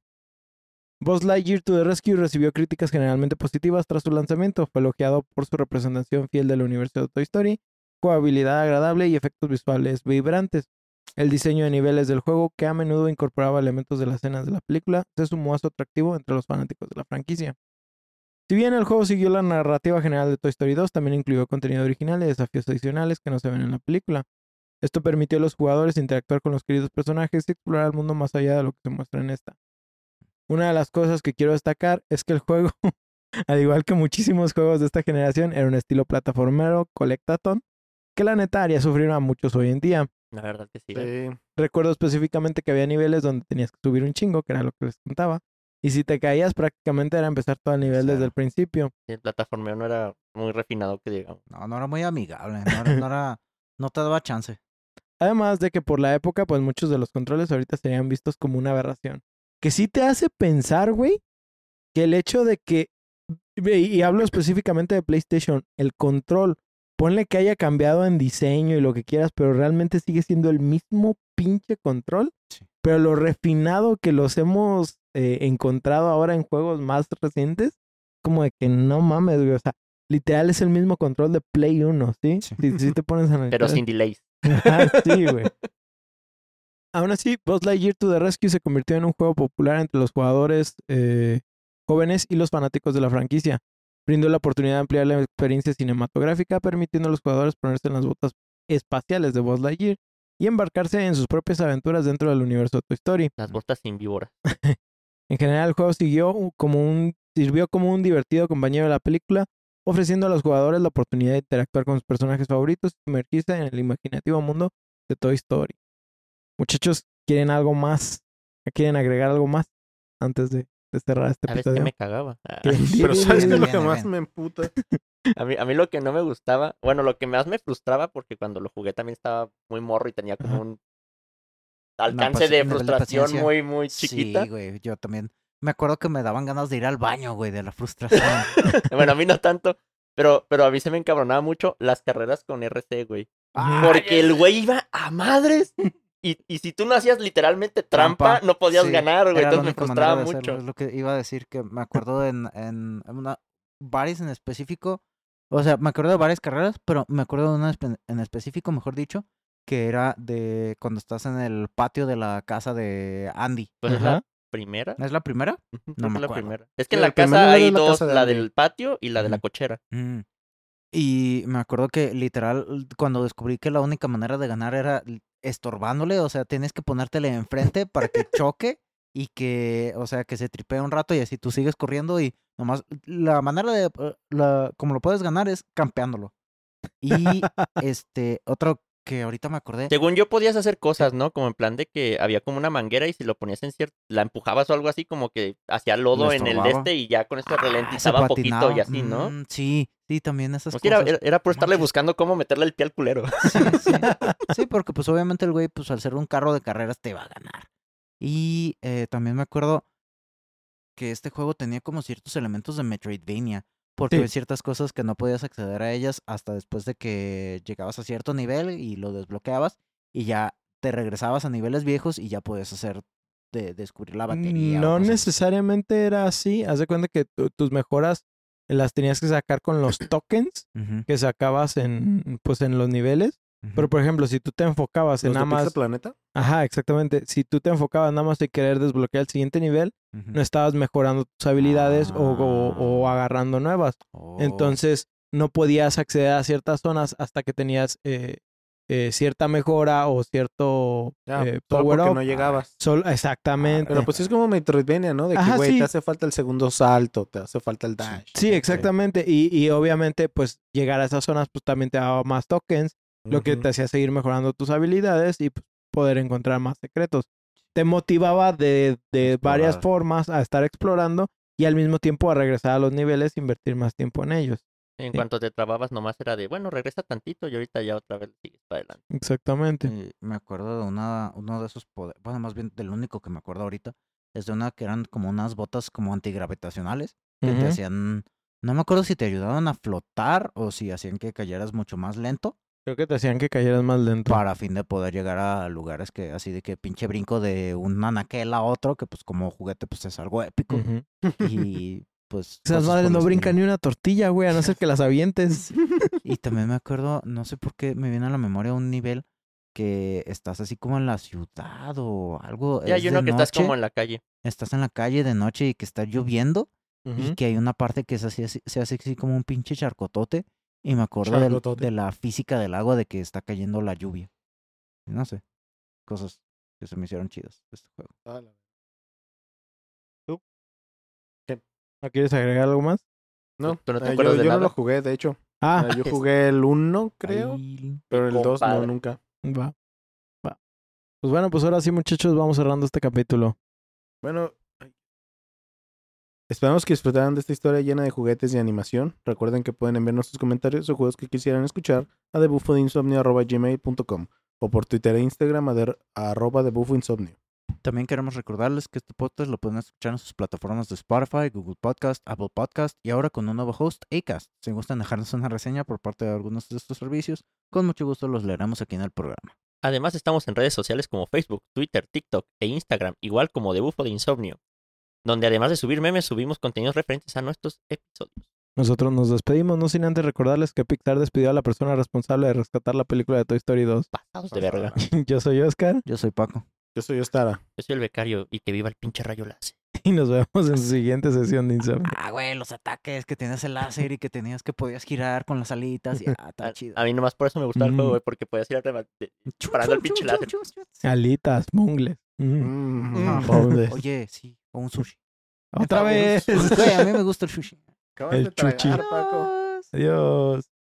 Speaker 1: Buzz Lightyear to the Rescue recibió críticas generalmente positivas tras su lanzamiento. Fue elogiado por su representación fiel del universo de Toy Story, jugabilidad agradable y efectos visuales vibrantes. El diseño de niveles del juego, que a menudo incorporaba elementos de las escenas de la película, se sumó a su atractivo entre los fanáticos de la franquicia. Si bien el juego siguió la narrativa general de Toy Story 2, también incluyó contenido original y desafíos adicionales que no se ven en la película. Esto permitió a los jugadores interactuar con los queridos personajes y explorar el mundo más allá de lo que se muestra en esta. Una de las cosas que quiero destacar es que el juego, al igual que muchísimos juegos de esta generación, era un estilo plataformero colectatón que la neta haría sufrir a muchos hoy en día.
Speaker 4: La verdad que sí. güey.
Speaker 5: Sí.
Speaker 1: Recuerdo específicamente que había niveles donde tenías que subir un chingo, que era lo que les contaba, y si te caías prácticamente era empezar todo el nivel desde
Speaker 3: Claro.
Speaker 1: el principio.
Speaker 4: El plataformeo no era muy refinado que digamos.
Speaker 3: No, no era muy amigable. No, era, no, era- no te daba chance.
Speaker 1: Además de que por la época, pues muchos de los controles ahorita serían vistos como una aberración. Que sí te hace pensar, güey, que el hecho de que, ve, y hablo específicamente de PlayStation, el control, ponle que haya cambiado en diseño y lo que quieras, pero realmente sigue siendo el mismo pinche control.
Speaker 3: Sí.
Speaker 1: Pero lo refinado que los hemos eh, encontrado ahora en juegos más recientes, como de que no mames, güey, o sea, literal es el mismo control de Play 1, ¿sí?
Speaker 3: Sí.
Speaker 1: Si, si te pones a
Speaker 4: Pero
Speaker 1: analizar.
Speaker 4: sin delays.
Speaker 1: Ah, sí, güey. Aún así, Buzz Lightyear to the Rescue se convirtió en un juego popular entre los jugadores eh, jóvenes y los fanáticos de la franquicia. Brindó la oportunidad de ampliar la experiencia cinematográfica, permitiendo a los jugadores ponerse en las botas espaciales de Buzz Lightyear y embarcarse en sus propias aventuras dentro del universo de Toy Story.
Speaker 4: Las botas sin víbora.
Speaker 1: En general, el juego siguió u- como un, sirvió como un divertido compañero de la película, ofreciendo a los jugadores la oportunidad de interactuar con sus personajes favoritos y sumergirse en el imaginativo mundo de Toy Story. Muchachos, ¿quieren algo más? ¿Quieren agregar algo más antes de, de cerrar este
Speaker 4: ¿Sabes qué
Speaker 1: episodio?
Speaker 4: me cagaba? Ah,
Speaker 1: ¿Qué?
Speaker 5: Pero ¿sabes qué es lo
Speaker 3: Viene,
Speaker 5: que más
Speaker 3: viene.
Speaker 5: me emputa?
Speaker 4: A mí, a mí lo que no me gustaba, bueno, lo que más me frustraba, porque cuando lo jugué también estaba muy morro y tenía como
Speaker 1: Ajá.
Speaker 4: un alcance
Speaker 3: paci-
Speaker 4: de
Speaker 3: nivel de
Speaker 4: frustración
Speaker 3: paciencia.
Speaker 4: muy, muy chiquita.
Speaker 3: Sí, güey. Yo también. Me acuerdo que me daban ganas de ir al baño, güey, de la frustración.
Speaker 4: Bueno, a mí no tanto, pero, pero a mí se me encabronaba mucho las carreras con RC, güey.
Speaker 1: Ah,
Speaker 4: Porque el güey iba a madres. Y, y si tú no hacías literalmente trampa,
Speaker 3: Trampa,
Speaker 4: no podías
Speaker 3: sí,
Speaker 4: ganar, güey.
Speaker 3: Era la
Speaker 4: Entonces me
Speaker 3: única manera
Speaker 4: frustraba
Speaker 3: de hacerlo,
Speaker 4: mucho.
Speaker 3: Es lo que iba a decir, que me acuerdo en, en una, bares en específico. O sea, me acuerdo de varias carreras, pero me acuerdo de una espe- en específico, mejor dicho, que era de cuando estás en el patio de la casa de Andy.
Speaker 4: Pues es
Speaker 1: Ajá.
Speaker 4: la primera.
Speaker 3: ¿No es la primera? No
Speaker 4: Creo que
Speaker 3: me
Speaker 4: es la
Speaker 3: acuerdo.
Speaker 4: primera. Es que
Speaker 5: Sí,
Speaker 4: en
Speaker 5: la
Speaker 4: la
Speaker 5: primera
Speaker 4: casa
Speaker 5: era
Speaker 4: hay
Speaker 5: la
Speaker 4: dos,
Speaker 5: casa de
Speaker 4: la
Speaker 5: Andy.
Speaker 4: del patio y la de la
Speaker 3: Ujú.
Speaker 4: cochera.
Speaker 3: Mm. Y me acuerdo que literal, l- cuando descubrí que la única manera de ganar era l- estorbándole, o sea, tienes que ponértele enfrente para que choque y que, o sea, que se tripee un rato y así tú sigues corriendo y nomás la manera de, eh, la- como lo puedes ganar es campeándolo. Y este, otro que ahorita me acordé.
Speaker 4: Según yo podías hacer cosas, ¿no? Como en plan de que había como una manguera y si lo ponías en cierto, la empujabas o algo así, como que hacía lodo
Speaker 3: Lo
Speaker 4: en el de
Speaker 3: estorbaba.
Speaker 4: este y ya con esto
Speaker 3: Ah, se
Speaker 4: ralentizaba poquito y
Speaker 3: patinaba.
Speaker 4: así, ¿no?
Speaker 3: Mm, sí, sí, también esas
Speaker 4: Pues
Speaker 3: cosas.
Speaker 4: que era, era, era por
Speaker 3: No
Speaker 4: estarle
Speaker 3: manches.
Speaker 4: buscando cómo meterle el pie al culero.
Speaker 3: Sí, sí. Sí, porque pues obviamente el güey, pues al ser un carro de carreras te va a ganar. Y eh, también me acuerdo que este juego tenía como ciertos elementos de Metroidvania, porque
Speaker 1: Sí.
Speaker 3: había ciertas cosas que no podías acceder a ellas hasta después de que llegabas a cierto nivel y lo desbloqueabas y ya te regresabas a niveles viejos y ya podías hacer de descubrir la batería. o
Speaker 1: No
Speaker 3: cosas.
Speaker 1: necesariamente era así. Haz de cuenta que tu- tus mejoras las tenías que sacar con los tokens
Speaker 3: Ujú,
Speaker 1: que sacabas en, pues, en los niveles.
Speaker 3: ujú.
Speaker 1: Pero, por ejemplo, si tú te enfocabas en
Speaker 5: ¿Los de
Speaker 1: nada más...
Speaker 5: Pizza Planeta?
Speaker 1: Ajá, exactamente. Si tú te enfocabas nada más en querer desbloquear el siguiente nivel,
Speaker 3: Ujú.
Speaker 1: no estabas mejorando tus habilidades o, o- o
Speaker 3: Ah.
Speaker 1: agarrando nuevas.
Speaker 3: Oh,
Speaker 1: Entonces, no podías acceder a ciertas zonas hasta que tenías eh, eh, cierta mejora o cierto
Speaker 5: Ya,
Speaker 1: eh,
Speaker 5: solo porque
Speaker 1: power up.
Speaker 5: no llegabas.
Speaker 1: Sol- exactamente.
Speaker 5: Pero pues es como Metroidvania, ¿no? De que,
Speaker 1: Ajá,
Speaker 5: güey,
Speaker 1: sí.
Speaker 5: te hace falta el segundo salto, te hace falta el dash. este,
Speaker 1: Sí, exactamente. Y, y obviamente, pues llegar a esas zonas, pues también te daba más tokens, lo que
Speaker 5: Ujú.
Speaker 1: te hacía seguir mejorando tus habilidades y pues, poder encontrar más secretos. Te motivaba de, de varias
Speaker 3: Explorar.
Speaker 1: formas a estar explorando y al mismo tiempo a regresar a los niveles e invertir más tiempo en ellos.
Speaker 4: En
Speaker 1: Sí.
Speaker 4: cuanto te trababas, nomás era de, bueno, regresa tantito y ahorita ya otra vez sigues para adelante.
Speaker 1: Exactamente.
Speaker 3: Eh, me acuerdo de una, uno de esos poderes, bueno, más bien del único que me acuerdo ahorita, es de una que eran como unas botas como antigravitacionales que te
Speaker 1: Ujú.
Speaker 3: hacían, no me acuerdo si te ayudaban a flotar o si hacían que cayeras mucho más lento.
Speaker 1: Creo que te hacían que cayeras más lento.
Speaker 3: para fin de poder llegar a lugares que así de que pinche brinco de un anaquel a otro, que pues como juguete pues es algo épico.
Speaker 1: Ujú.
Speaker 3: Y pues...
Speaker 1: Esas
Speaker 3: cosas
Speaker 1: madres
Speaker 3: por
Speaker 1: no
Speaker 3: el
Speaker 1: brincan
Speaker 3: estilo.
Speaker 1: ni una tortilla, güey, a no ser que las avientes.
Speaker 3: Y también me acuerdo, no sé por qué me viene a la memoria un nivel que estás así como en la ciudad o algo.
Speaker 4: Y
Speaker 3: es
Speaker 4: hay
Speaker 3: de
Speaker 4: uno que estás
Speaker 3: noche,
Speaker 4: como en la calle.
Speaker 3: estás en la calle de noche y que está lloviendo y
Speaker 1: Ujú.
Speaker 3: que hay una parte que es así, así- se hace así como un pinche charcotote. Y me acuerdo del-
Speaker 5: Charcotote.
Speaker 3: de la física del agua de que está cayendo la lluvia. No sé, cosas que se me hicieron chidas de este juego.
Speaker 5: Ah, la-
Speaker 1: ¿No quieres agregar algo más?
Speaker 5: No,
Speaker 4: ¿Tú no te
Speaker 5: eh, yo,
Speaker 4: acuerdas de
Speaker 5: yo no
Speaker 4: nada?
Speaker 5: lo jugué, de hecho.
Speaker 1: Ah,
Speaker 5: Eh, yo
Speaker 4: es-
Speaker 5: jugué el 1, creo,
Speaker 3: Ay,
Speaker 5: pero el 2 no,
Speaker 4: compadre.
Speaker 5: nunca.
Speaker 1: va. Va. Pues bueno, pues ahora sí, muchachos, vamos cerrando este capítulo.
Speaker 5: Bueno, ay. esperamos que disfrutaran de esta historia llena de juguetes y animación. Recuerden que pueden enviarnos sus comentarios o juegos que quisieran escuchar a debufoinsomnio.gmail.com o por Twitter e Instagram a, der- a arroba debufoinsomnio.
Speaker 3: También queremos recordarles que este podcast lo pueden escuchar en sus plataformas de Spotify, Google Podcast, Apple Podcast y ahora con un nuevo host, Acast. Si gustan dejarnos una reseña por parte de algunos de estos servicios, con mucho gusto los leeremos aquí en el programa.
Speaker 4: Además, estamos en redes sociales como Facebook, Twitter, TikTok e Instagram, igual como de Bufo de Insomnio, donde además de subir memes, subimos contenidos referentes a nuestros episodios.
Speaker 1: Nosotros nos despedimos, no sin antes recordarles que Pixar despidió a la persona responsable de rescatar la película de Toy Story 2.
Speaker 4: Pasados de verga.
Speaker 1: Yo soy Oscar
Speaker 3: Yo soy Paco.
Speaker 5: Yo soy Ostara.
Speaker 4: Yo soy el becario y que viva el pinche rayo láser.
Speaker 1: y nos vemos en su siguiente sesión de Insomnio.
Speaker 3: Ah, güey, los ataques que tenías el láser y que tenías que podías girar con las alitas y ah,
Speaker 4: A,
Speaker 3: tan chido.
Speaker 4: a mí nomás por eso me gustaba el juego,
Speaker 1: Mm.
Speaker 4: güey, porque podías ir a remate.
Speaker 3: Chu,
Speaker 4: parando el
Speaker 3: chu,
Speaker 4: pinche
Speaker 3: chu,
Speaker 4: láser.
Speaker 3: chu, chu, chu.
Speaker 1: Alitas, mungles. Mm.
Speaker 5: Mm,
Speaker 3: Ah,
Speaker 5: pobres.
Speaker 3: Oye, sí, o un sushi.
Speaker 1: Otra vez.
Speaker 3: Güey, a mí me gusta el sushi.
Speaker 5: Acabas
Speaker 1: el
Speaker 5: de tragar,
Speaker 1: chuchi.
Speaker 5: Paco.
Speaker 3: Adiós.
Speaker 1: Adiós.